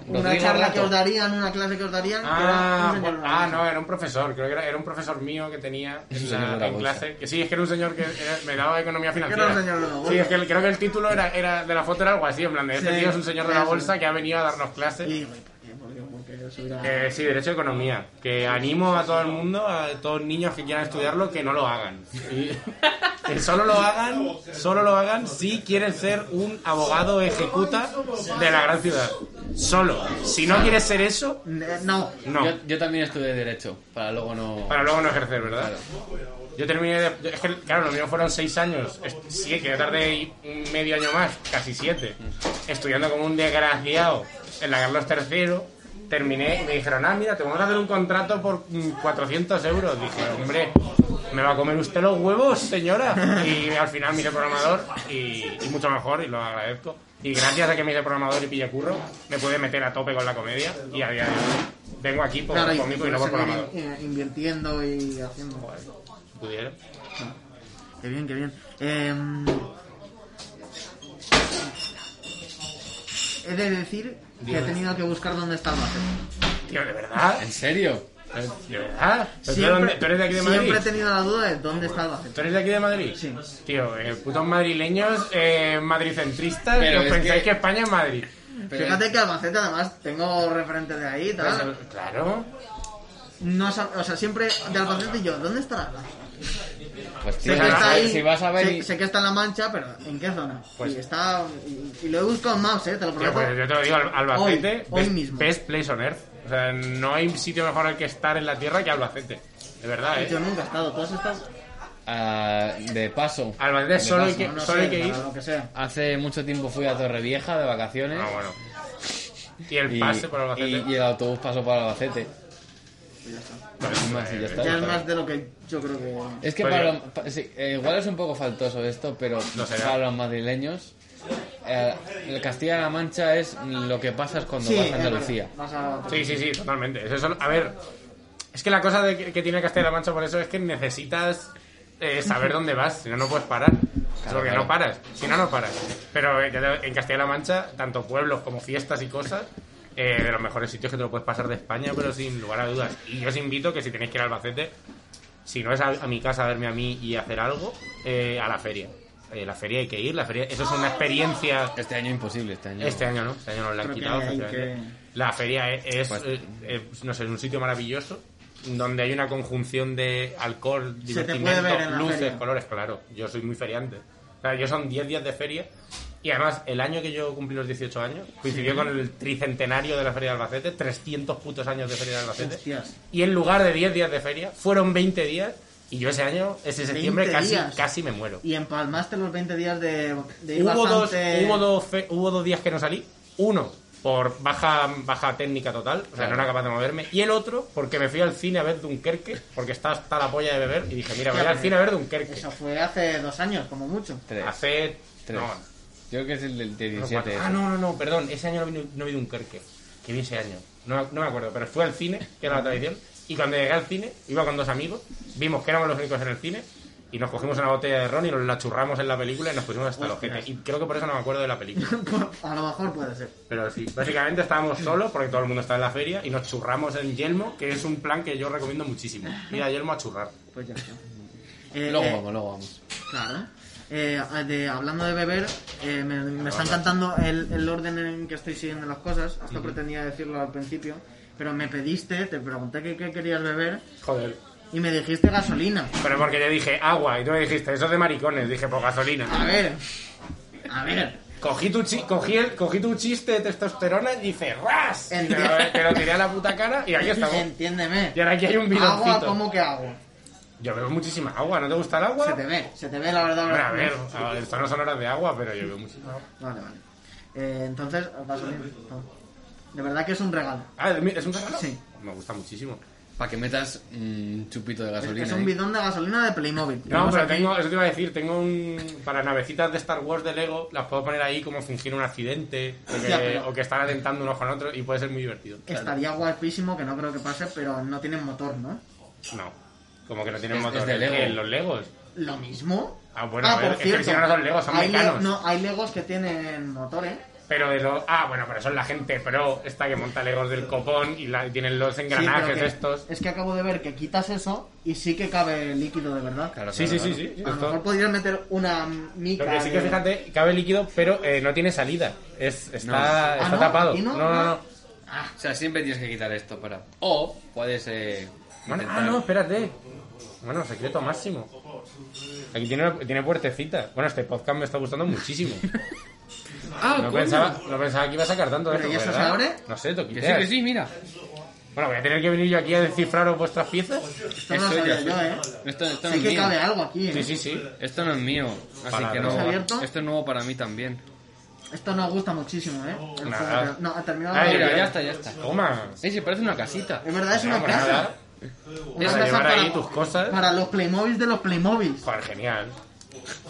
[SPEAKER 1] Una
[SPEAKER 3] Rodrigo
[SPEAKER 1] charla
[SPEAKER 3] Rato.
[SPEAKER 1] que os darían, una clase que os darían. que era un
[SPEAKER 2] Ah,
[SPEAKER 1] señor
[SPEAKER 2] bueno,
[SPEAKER 1] de la
[SPEAKER 2] ah,
[SPEAKER 1] bolsa.
[SPEAKER 2] no, era un profesor. Creo que era, era un profesor mío que tenía
[SPEAKER 3] Es un
[SPEAKER 2] en,
[SPEAKER 3] señor
[SPEAKER 2] la-
[SPEAKER 3] de la
[SPEAKER 2] en
[SPEAKER 3] bolsa.
[SPEAKER 2] clase. Que sí, es que era un señor que era- me daba economía
[SPEAKER 1] era un
[SPEAKER 2] financiera.
[SPEAKER 1] señor de la bolsa.
[SPEAKER 2] Sí, es que el- creo que el título era, era de la foto era algo así, en plan de este
[SPEAKER 1] Sí,
[SPEAKER 2] tío es un señor de la
[SPEAKER 1] eso.
[SPEAKER 2] bolsa que ha venido a darnos clases.
[SPEAKER 1] Y, eh, güey, ¿por qué? ¿Por qué? ¿Por qué subir a-
[SPEAKER 2] Eh, sí, Derecho y Economía. Que animo a todo el mundo, a todos los niños que quieran estudiarlo, que no lo hagan. Y- que solo lo hagan, solo lo hagan si quieren ser un abogado ejecuta de la gran ciudad. Solo. Si no quieres ser eso,
[SPEAKER 1] Ne- No.
[SPEAKER 2] no.
[SPEAKER 3] Yo, yo también estudié Derecho, para luego no...
[SPEAKER 2] Para luego no ejercer, ¿verdad? Yo terminé de- yo- Es que, claro, lo mío fueron seis años. es- Sí, que yo tardé y- un medio año más, casi siete, estudiando como un desgraciado en la Carlos III. Terminé y me dijeron, ah, mira, te vamos a hacer un contrato por mm, 400 euros. Dije, hombre, me va a comer usted los huevos, señora. Y al final me hice programador y, y mucho mejor, y lo agradezco. Y gracias a que me hice programador y pilla curro, me pude meter a tope con la comedia. Y a día de hoy vengo aquí por
[SPEAKER 1] Claro, y
[SPEAKER 2] cómico y no
[SPEAKER 1] por
[SPEAKER 2] por
[SPEAKER 1] seguir
[SPEAKER 2] programador.
[SPEAKER 1] in- invirtiendo y haciendo.
[SPEAKER 2] Pudiera.
[SPEAKER 1] Qué bien, qué bien. Em, he de decir que he tenido que buscar dónde está el váter.
[SPEAKER 2] Tío, de verdad.
[SPEAKER 3] ¿En serio?
[SPEAKER 2] ¿De verdad? ¿Pero ¿Tú, dónde- tú eres de aquí de
[SPEAKER 1] siempre
[SPEAKER 2] Madrid?
[SPEAKER 1] he tenido la duda de dónde está el váter.
[SPEAKER 2] ¿Tú eres de aquí de Madrid?
[SPEAKER 1] Sí.
[SPEAKER 2] Tío, eh, putos madrileños, eh, madricentristas,
[SPEAKER 3] Pero
[SPEAKER 2] que os
[SPEAKER 3] es
[SPEAKER 2] pensáis
[SPEAKER 3] que-
[SPEAKER 2] que España es Madrid.
[SPEAKER 3] Pero-
[SPEAKER 1] Fíjate que Albacete, además, tengo referentes de ahí y tal.
[SPEAKER 2] Claro.
[SPEAKER 1] No, sab- o sea, siempre de Albacete y yo, ¿dónde estará?
[SPEAKER 3] Pues
[SPEAKER 1] Sé
[SPEAKER 3] tío,
[SPEAKER 1] que
[SPEAKER 2] vas
[SPEAKER 1] está
[SPEAKER 2] a-
[SPEAKER 1] ahí,
[SPEAKER 3] si vas a ver...
[SPEAKER 1] sé,
[SPEAKER 3] y-
[SPEAKER 1] sé que está en La Mancha, pero ¿en qué zona?
[SPEAKER 2] Pues-
[SPEAKER 1] y, está, y, y lo he buscado en Maps, ¿eh? Te lo
[SPEAKER 2] Tío,
[SPEAKER 1] prometo.
[SPEAKER 2] pues yo te lo digo, Al- Albacete,
[SPEAKER 1] Hoy, hoy
[SPEAKER 2] best-
[SPEAKER 1] mismo.
[SPEAKER 2] best place on earth. O sea, no hay sitio mejor al que estar en la tierra que Albacete. De verdad,
[SPEAKER 1] Yo
[SPEAKER 2] eh.
[SPEAKER 1] nunca he estado, ¿tú has estado?
[SPEAKER 3] Ah, de paso.
[SPEAKER 2] Albacete solo hay que,
[SPEAKER 1] No, no
[SPEAKER 2] solo
[SPEAKER 1] sé,
[SPEAKER 2] hay que ir.
[SPEAKER 1] para Lo que sea.
[SPEAKER 3] Hace mucho tiempo fui a Torrevieja de vacaciones.
[SPEAKER 2] Ah, bueno. Y el
[SPEAKER 3] ¿eh? y,
[SPEAKER 2] pase por Albacete.
[SPEAKER 3] y- y el autobús pasó por Albacete.
[SPEAKER 2] Vale,
[SPEAKER 3] y más, y ya
[SPEAKER 2] eh,
[SPEAKER 3] está.
[SPEAKER 1] Ya
[SPEAKER 3] Claro,
[SPEAKER 1] es
[SPEAKER 3] claro.
[SPEAKER 1] más de lo que yo creo que...
[SPEAKER 3] Es que
[SPEAKER 2] Pues
[SPEAKER 3] para
[SPEAKER 2] yo-
[SPEAKER 3] los- pa- sí, eh, igual es un poco faltoso esto, pero
[SPEAKER 2] No será.
[SPEAKER 3] para los madrileños, eh, el Castilla-La Mancha es lo que pasas cuando vas
[SPEAKER 1] es
[SPEAKER 3] a Andalucía.
[SPEAKER 1] verdad, vas a-
[SPEAKER 2] Sí, sí, sí, totalmente. Eso es solo- a ver, es que la cosa de que, que tiene Castilla-La Mancha por eso es que necesitas eh, saber dónde vas, si no, no puedes parar. Es porque
[SPEAKER 3] claro.
[SPEAKER 2] no paras, si no, no paras. Pero eh, ya te- en Castilla-La Mancha, tanto pueblos como fiestas y cosas, eh, de los mejores sitios que te lo puedes pasar de España, pero sin lugar a dudas. Y yo os invito que si tenéis que ir a Albacete, si no es a, a mi casa a verme a mí y hacer algo, eh, a la feria. Eh, la feria hay que ir, la feria, eso es una experiencia
[SPEAKER 3] Este año imposible, este año.
[SPEAKER 2] este año no, este año nos la
[SPEAKER 1] Creo
[SPEAKER 2] han
[SPEAKER 1] que
[SPEAKER 2] quitado.
[SPEAKER 1] hay
[SPEAKER 2] efectivamente. La feria es, es,
[SPEAKER 3] Pues-
[SPEAKER 2] eh, eh, no sé, es un sitio maravilloso donde hay una conjunción de alcohol,
[SPEAKER 1] Se te puede
[SPEAKER 2] divertimento,
[SPEAKER 1] ver en la
[SPEAKER 2] luces,
[SPEAKER 1] feria.
[SPEAKER 2] colores, claro. Yo soy muy feriante. O sea, yo son 10 días de feria y además el año que yo cumplí los 18 años coincidió con el tricentenario de la Feria de Albacete, 300 putos años de Feria de Albacete.
[SPEAKER 1] Hostias.
[SPEAKER 2] Y en lugar de 10 días de feria, fueron 20 días y yo ese año, ese septiembre,
[SPEAKER 1] 20
[SPEAKER 2] casi,
[SPEAKER 1] días.
[SPEAKER 2] casi me muero.
[SPEAKER 1] Y empalmaste los 20 días de, de ir
[SPEAKER 2] Hubo dos,
[SPEAKER 1] bastante...
[SPEAKER 2] hubo, dos fe- hubo dos días que no salí. Uno, por baja, baja técnica total, o sea,
[SPEAKER 3] Claro.
[SPEAKER 2] no era capaz de moverme. Y el otro, porque me fui al cine a ver Dunkerque, porque estaba hasta la polla de beber. Y dije, mira, voy
[SPEAKER 1] Ya,
[SPEAKER 2] al
[SPEAKER 1] pero-
[SPEAKER 2] cine a ver Dunkerque.
[SPEAKER 1] Eso fue hace dos años, como mucho. [LAUGHS]
[SPEAKER 3] Tres.
[SPEAKER 2] Hace.
[SPEAKER 3] Tres.
[SPEAKER 2] No,
[SPEAKER 3] Yo creo que es el del de
[SPEAKER 2] no,
[SPEAKER 3] 17.
[SPEAKER 2] cuatro. Ah, no, no, no, perdón, ese año no vi, no vi Dunkerque. Que vi ese año. No, no me acuerdo, pero fui al cine, que era la tradición. Y cuando llegué al cine, iba con dos amigos, vimos que éramos los únicos en el cine. Y nos cogimos una botella de ron y nos la churramos en la película y nos pusimos hasta los
[SPEAKER 1] Hostias.
[SPEAKER 2] jetes. Y creo que por eso no me acuerdo de la película.
[SPEAKER 1] A lo mejor puede ser.
[SPEAKER 2] Pero sí, básicamente estábamos solos porque todo el mundo está en la feria y nos churramos en Yelmo, que es un plan que yo recomiendo muchísimo. Ir a Yelmo a churrar.
[SPEAKER 1] Pues ya está. Eh,
[SPEAKER 3] Luego
[SPEAKER 1] eh,
[SPEAKER 3] vamos, luego vamos.
[SPEAKER 1] Claro. Eh, de- hablando de beber, eh, me, me está encantando el, el orden en que estoy siguiendo las cosas. Esto pretendía decirlo al principio. Pero me pediste, te pregunté qué, qué querías beber
[SPEAKER 2] Joder.
[SPEAKER 1] y me dijiste gasolina.
[SPEAKER 2] Pero porque te dije agua y tú me dijiste, eso es de maricones. Dije, pues
[SPEAKER 1] A
[SPEAKER 2] gasolina.
[SPEAKER 1] ver. A ver.
[SPEAKER 2] Cogí tu, chi- cogí, el- cogí tu chiste de testosterona y dice ¡ras! Y te lo, te lo tiré a la puta cara y aquí estamos.
[SPEAKER 1] Entiéndeme.
[SPEAKER 2] Y ahora aquí hay un
[SPEAKER 1] Agua,
[SPEAKER 2] biloncito.
[SPEAKER 1] ¿cómo que agua?
[SPEAKER 2] Yo bebo muchísima agua, ¿no te gusta el agua?
[SPEAKER 1] Se te ve, se te ve la verdad.
[SPEAKER 2] Hombre,
[SPEAKER 1] la
[SPEAKER 2] a ver,
[SPEAKER 1] verdad.
[SPEAKER 2] a ver, esto no son horas de agua, pero yo bebo muchísima agua.
[SPEAKER 1] Vale, vale. Eh, entonces, gasolina. De verdad que es un regalo.
[SPEAKER 2] Ah, ¿es un regalo?
[SPEAKER 1] Sí.
[SPEAKER 2] Me gusta muchísimo.
[SPEAKER 3] Para que metas un chupito de
[SPEAKER 1] Es,
[SPEAKER 3] gasolina. ¿eh?
[SPEAKER 1] es un
[SPEAKER 3] ahí.
[SPEAKER 1] bidón de gasolina de Playmobil.
[SPEAKER 2] No,
[SPEAKER 1] Tenemos
[SPEAKER 2] pero
[SPEAKER 1] aquí-
[SPEAKER 2] tengo, eso te iba a decir, tengo un. Para navecitas de Star Wars de Lego, las puedo poner ahí como fingir
[SPEAKER 1] [LAUGHS]
[SPEAKER 2] un accidente o que,
[SPEAKER 1] Ya, pero-
[SPEAKER 2] o que están atentando unos con otros y puede ser muy divertido.
[SPEAKER 1] Estaría guapísimo, que no creo que pase, pero no tienen motor, ¿no?
[SPEAKER 2] No, como que no tienen
[SPEAKER 3] Es-
[SPEAKER 2] motor.
[SPEAKER 3] es de
[SPEAKER 2] ¿el
[SPEAKER 3] Lego.
[SPEAKER 2] qué? ¿Los Legos?
[SPEAKER 1] Lo mismo.
[SPEAKER 2] Ah, bueno, a ver, es que si no, no son Legos, son
[SPEAKER 1] hay le-
[SPEAKER 2] mecanos.
[SPEAKER 1] no, hay Legos que tienen motor, ¿eh?
[SPEAKER 2] Pero de los. Ah, bueno, pero son la gente pro, esta que monta Legos del copón y, la- y tienen los
[SPEAKER 1] Sí, pero
[SPEAKER 2] engranajes
[SPEAKER 1] que-
[SPEAKER 2] estos.
[SPEAKER 1] Es que acabo de ver que quitas eso y sí que cabe líquido de verdad.
[SPEAKER 3] Claro,
[SPEAKER 2] Sí, sí, sí,
[SPEAKER 3] claro, claro.
[SPEAKER 2] sí.
[SPEAKER 1] A lo
[SPEAKER 2] esto-
[SPEAKER 1] mejor podrías meter una mica.
[SPEAKER 2] Lo que sí que
[SPEAKER 1] de-
[SPEAKER 2] fíjate, cabe líquido, pero eh, no tiene salida. Es, está
[SPEAKER 1] Ah,
[SPEAKER 2] está
[SPEAKER 1] ¿no?
[SPEAKER 2] tapado.
[SPEAKER 1] ¿Y
[SPEAKER 2] No, no, no.
[SPEAKER 1] Ah,
[SPEAKER 3] O sea, siempre tienes que quitar esto para. O puedes. Eh,
[SPEAKER 2] Bueno, ah,
[SPEAKER 3] intentar-
[SPEAKER 2] no, espérate. Bueno, secreto máximo.
[SPEAKER 1] [LAUGHS]
[SPEAKER 2] Aquí tiene, tiene puertecita. Bueno, este podcast me está gustando muchísimo.
[SPEAKER 3] Ah,
[SPEAKER 2] No
[SPEAKER 3] coño.
[SPEAKER 2] pensaba, no pensaba que iba a sacar tanto de
[SPEAKER 1] ¿Pero
[SPEAKER 2] esto,
[SPEAKER 1] ya se
[SPEAKER 2] ¿verdad?
[SPEAKER 1] abre?
[SPEAKER 2] No sé,
[SPEAKER 3] Que sí,
[SPEAKER 2] toquiteas.
[SPEAKER 3] que sí, mira.
[SPEAKER 2] Bueno, voy a tener que venir yo aquí a descifraros vuestras piezas.
[SPEAKER 1] Esto no lo
[SPEAKER 3] Eso
[SPEAKER 1] sabía
[SPEAKER 3] ya
[SPEAKER 1] yo, ¿eh?
[SPEAKER 3] Esto, esto no
[SPEAKER 1] Sí
[SPEAKER 3] es
[SPEAKER 1] que
[SPEAKER 3] mío.
[SPEAKER 1] cabe algo aquí, ¿eh?
[SPEAKER 2] Sí, sí, sí.
[SPEAKER 3] Esto no es mío. Así
[SPEAKER 2] Para,
[SPEAKER 3] que
[SPEAKER 2] ¿lo has
[SPEAKER 3] no.
[SPEAKER 1] abierto?
[SPEAKER 3] Esto es nuevo para mí también.
[SPEAKER 1] Esto nos gusta muchísimo, ¿eh? El
[SPEAKER 2] Nada. Ah,
[SPEAKER 1] juego que- No, ha terminado.
[SPEAKER 2] Ay,
[SPEAKER 3] Mira,
[SPEAKER 2] mira.
[SPEAKER 3] ya está, ya está.
[SPEAKER 2] Toma.
[SPEAKER 3] Eh, se parece una casita.
[SPEAKER 1] Es verdad, es
[SPEAKER 2] No,
[SPEAKER 1] una
[SPEAKER 2] pues
[SPEAKER 1] casa.
[SPEAKER 2] nada,
[SPEAKER 1] Una
[SPEAKER 2] Para
[SPEAKER 1] casa
[SPEAKER 2] llevar
[SPEAKER 1] para,
[SPEAKER 2] ahí tus cosas.
[SPEAKER 1] para los Playmobil de los Playmobil.
[SPEAKER 2] Joder, genial.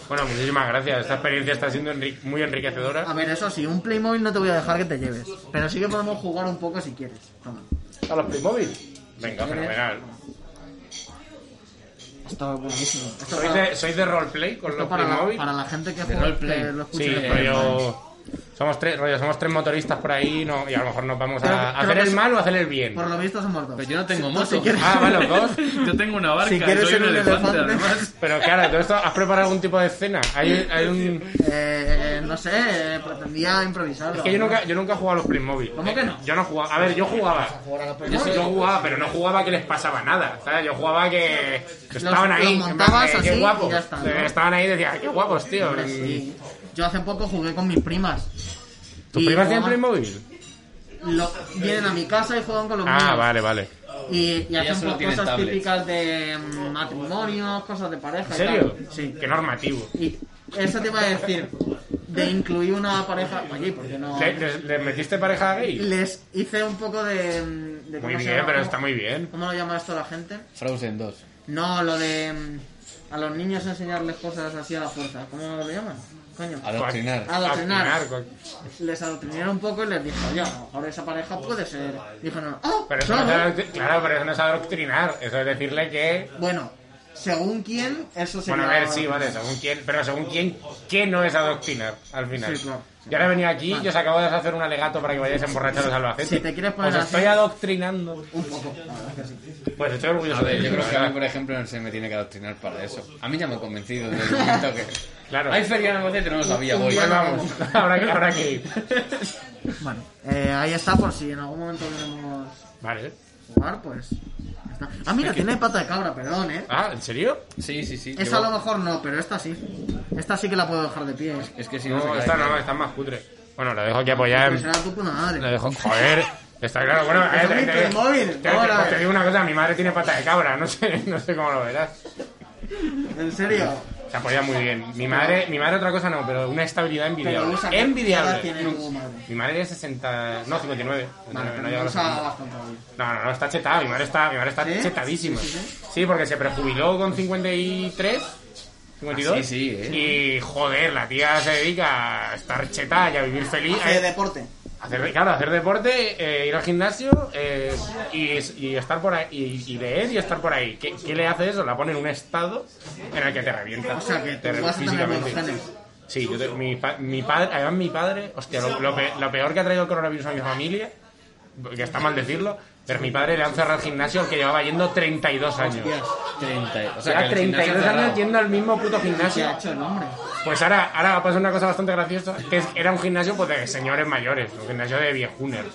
[SPEAKER 2] Bueno, muchísimas gracias. Esta experiencia está siendo enri- muy enriquecedora.
[SPEAKER 1] A ver, eso sí, un Playmobil no te voy a dejar que te lleves. Pero sí que podemos jugar un poco si quieres. Toma.
[SPEAKER 2] ¿A los Playmobil? Venga, fenomenal.
[SPEAKER 1] Esto es buenísimo. Esto
[SPEAKER 2] ¿Sois
[SPEAKER 1] para,
[SPEAKER 2] de, sois de roleplay con
[SPEAKER 1] esto
[SPEAKER 2] los
[SPEAKER 1] para
[SPEAKER 2] Playmobil?
[SPEAKER 1] la, para la gente que,
[SPEAKER 3] De
[SPEAKER 1] juega,
[SPEAKER 3] roleplay.
[SPEAKER 1] que lo escucha.
[SPEAKER 2] Sí,
[SPEAKER 1] de Playmobil.
[SPEAKER 2] rollo. Somos tres, rollo, somos tres motoristas por ahí no, y a lo mejor nos vamos
[SPEAKER 1] Creo-
[SPEAKER 2] a
[SPEAKER 1] creo
[SPEAKER 2] hacer
[SPEAKER 1] que
[SPEAKER 2] el
[SPEAKER 1] es-
[SPEAKER 2] mal o hacer el bien.
[SPEAKER 1] Por lo visto somos dos.
[SPEAKER 2] Pues
[SPEAKER 3] Pero yo no tengo
[SPEAKER 1] [LAUGHS] Si-
[SPEAKER 3] moto.
[SPEAKER 1] si quieres-
[SPEAKER 2] Ah, vale, los
[SPEAKER 1] [LAUGHS]
[SPEAKER 2] dos.
[SPEAKER 4] Yo tengo una barca,
[SPEAKER 1] Si quieres
[SPEAKER 4] soy
[SPEAKER 1] ser
[SPEAKER 4] un
[SPEAKER 1] un
[SPEAKER 4] elefante,
[SPEAKER 1] elefante.
[SPEAKER 4] además.
[SPEAKER 2] Pero claro, ¿todo esto has preparado algún tipo de escena? Hay, hay un...
[SPEAKER 1] Eh, no sé, eh, pretendía improvisar.
[SPEAKER 2] Es que yo nunca, yo nunca he jugado a los Playmobil.
[SPEAKER 1] ¿Cómo que no?
[SPEAKER 2] Yo no jugaba. A ver, yo jugaba. Yo, sí, yo jugaba, pero no jugaba que les pasaba nada. ¿sabes? Yo jugaba que que estaban
[SPEAKER 1] los
[SPEAKER 2] ahí. en
[SPEAKER 1] montabas
[SPEAKER 2] plan de,
[SPEAKER 1] así
[SPEAKER 2] qué
[SPEAKER 1] y
[SPEAKER 2] guapos.
[SPEAKER 1] ya está, ¿no?
[SPEAKER 2] Eh, Estaban ahí y decían, qué guapos, tío.
[SPEAKER 1] Hombre, sí. Yo hace poco jugué con mis primas.
[SPEAKER 2] ¿Tus
[SPEAKER 1] Y
[SPEAKER 2] primas tienen
[SPEAKER 1] jugaban-
[SPEAKER 2] Playmobil?
[SPEAKER 1] lo- vienen a mi casa y juegan con los míos.
[SPEAKER 2] Ah, vale, vale.
[SPEAKER 1] Y, y hacen
[SPEAKER 3] solo
[SPEAKER 1] pues,
[SPEAKER 3] tienen
[SPEAKER 1] cosas
[SPEAKER 3] tablets.
[SPEAKER 1] típicas de mm, matrimonios, cosas de pareja.
[SPEAKER 2] ¿En
[SPEAKER 1] y
[SPEAKER 2] serio?
[SPEAKER 1] tal. Sí.
[SPEAKER 2] Qué normativo.
[SPEAKER 1] Y eso te iba a decir, de incluir una pareja. Oye, ¿por qué no?
[SPEAKER 2] ¿Le- ¿Les, les metiste pareja gay?
[SPEAKER 1] Les hice un poco de. mm, de
[SPEAKER 2] Muy
[SPEAKER 1] ¿cómo se
[SPEAKER 2] bien,
[SPEAKER 1] llama?
[SPEAKER 2] pero
[SPEAKER 1] ¿Cómo-
[SPEAKER 2] está muy bien.
[SPEAKER 1] ¿Cómo lo llama esto la gente?
[SPEAKER 3] Frozen 2.
[SPEAKER 1] No, lo de. mm, A los niños enseñarles cosas así a la fuerza. ¿Cómo lo llaman? Coño.
[SPEAKER 3] Adoctrinar.
[SPEAKER 1] Adoctrinar.
[SPEAKER 2] Pues, Adoctrinar. pues,
[SPEAKER 1] Les adoctriné un poco y les dije, oye, a lo mejor esa pareja puede ser. Dijeron, ¡ah!
[SPEAKER 2] Pero eso
[SPEAKER 1] claro".
[SPEAKER 2] no es adoctri- claro, pero eso no es adoctrinar. Eso es decirle que
[SPEAKER 1] Bueno, según quién, eso sería.
[SPEAKER 2] Bueno, a ver, sí, vale, según quién, pero según quién, ¿qué no es adoctrinar al final?
[SPEAKER 1] Sí, claro.
[SPEAKER 2] Yo ahora he venido aquí
[SPEAKER 1] Vale.
[SPEAKER 2] y os acabo de hacer un alegato para que vayáis emborrachados al Albacete.
[SPEAKER 1] Si te quieres poner
[SPEAKER 2] Os
[SPEAKER 1] así.
[SPEAKER 2] estoy adoctrinando.
[SPEAKER 1] Un poco, la verdad es que sí.
[SPEAKER 2] Pues estoy orgulloso
[SPEAKER 3] A ver,
[SPEAKER 2] de
[SPEAKER 3] yo
[SPEAKER 2] ti,
[SPEAKER 3] creo que
[SPEAKER 2] la
[SPEAKER 3] a mí,
[SPEAKER 2] verdad.
[SPEAKER 3] por ejemplo, no se me tiene que adoctrinar para eso. A mí ya me ha convencido desde el momento que...
[SPEAKER 2] Claro.
[SPEAKER 3] Hay feria en Albacete, no lo sabía, voy.
[SPEAKER 2] Pues vamos, [LAUGHS] habrá que, habrá que ir.
[SPEAKER 1] [LAUGHS] Bueno, eh, ahí está por si en algún momento queremos
[SPEAKER 2] Vale.
[SPEAKER 1] jugar, pues. ya está. Ah, mira, tiene pata de cabra, perdón, eh.
[SPEAKER 2] Ah, ¿en serio?
[SPEAKER 3] Sí, sí, sí.
[SPEAKER 1] Esa a
[SPEAKER 3] llevo-
[SPEAKER 1] lo mejor no, pero esta sí. Esta sí que la puedo dejar de pie.
[SPEAKER 3] Es que si no, se
[SPEAKER 2] No,
[SPEAKER 3] cae.
[SPEAKER 2] esta no, esta es más cutre. Bueno, la dejo aquí apoyada
[SPEAKER 1] Pero
[SPEAKER 2] en...
[SPEAKER 1] será tu puta
[SPEAKER 2] La
[SPEAKER 1] madre.
[SPEAKER 2] dejo... Joder... Está claro, bueno, a ver,
[SPEAKER 1] Pero mi
[SPEAKER 2] te, te-
[SPEAKER 1] Playmobil,
[SPEAKER 2] te- te-
[SPEAKER 1] ahora,
[SPEAKER 2] pues te
[SPEAKER 1] eh.
[SPEAKER 2] digo una cosa, mi madre tiene pata de cabra, no sé, [LAUGHS] no sé cómo lo verás.
[SPEAKER 1] En serio.
[SPEAKER 2] Se apoya muy bien. Mi madre, mi madre otra cosa no, pero una estabilidad
[SPEAKER 1] Pero
[SPEAKER 2] envidiable.
[SPEAKER 1] usa que ahora
[SPEAKER 2] Envidiable.
[SPEAKER 1] tiene tu madre.
[SPEAKER 2] Mi madre tiene 60. No, 59.
[SPEAKER 1] Vale,
[SPEAKER 2] No, no,
[SPEAKER 1] pero
[SPEAKER 2] llega a
[SPEAKER 1] no
[SPEAKER 2] los
[SPEAKER 1] usa
[SPEAKER 2] 60.
[SPEAKER 1] bastante hoy.
[SPEAKER 2] no, no, no, está chetada. Mi madre está, mi madre está
[SPEAKER 1] ¿Sí?
[SPEAKER 2] chetadísima.
[SPEAKER 1] Sí,
[SPEAKER 2] Sí,
[SPEAKER 1] sí, sí.
[SPEAKER 2] porque se prejubiló con 53. 52.
[SPEAKER 3] Ah, sí, sí,
[SPEAKER 1] eh.
[SPEAKER 2] Y joder, la tía se dedica a estar chetada y a vivir feliz.
[SPEAKER 1] Hace
[SPEAKER 2] eh,
[SPEAKER 1] deporte.
[SPEAKER 2] hacer, claro, hacer deporte, eh, ir al gimnasio eh, y, y estar por ahí. Y, y leer y estar por ahí. ¿Qué, qué le hace eso? La pone en un estado en el que te revienta.
[SPEAKER 1] O sea que
[SPEAKER 2] Te re-
[SPEAKER 1] tú vas a tener buenos
[SPEAKER 2] físicamente.
[SPEAKER 1] genes.
[SPEAKER 2] Sí, yo te- mi, pa- mi padre, además mi padre, hostia, lo, lo pe- lo peor que ha traído el coronavirus a mi familia, que está mal decirlo, pero mi padre le han cerrado el gimnasio al que llevaba yendo 32 años.
[SPEAKER 3] 30. O sea,
[SPEAKER 2] Lleva
[SPEAKER 3] que el gimnasio
[SPEAKER 2] 32
[SPEAKER 3] cerrado.
[SPEAKER 2] años yendo al mismo puto
[SPEAKER 1] ¿Qué
[SPEAKER 2] gimnasio.
[SPEAKER 1] ha hecho el hombre?
[SPEAKER 2] Pues ahora, ahora pasa una cosa bastante graciosa, que es- era un gimnasio pues, de señores mayores, un gimnasio de viejuners.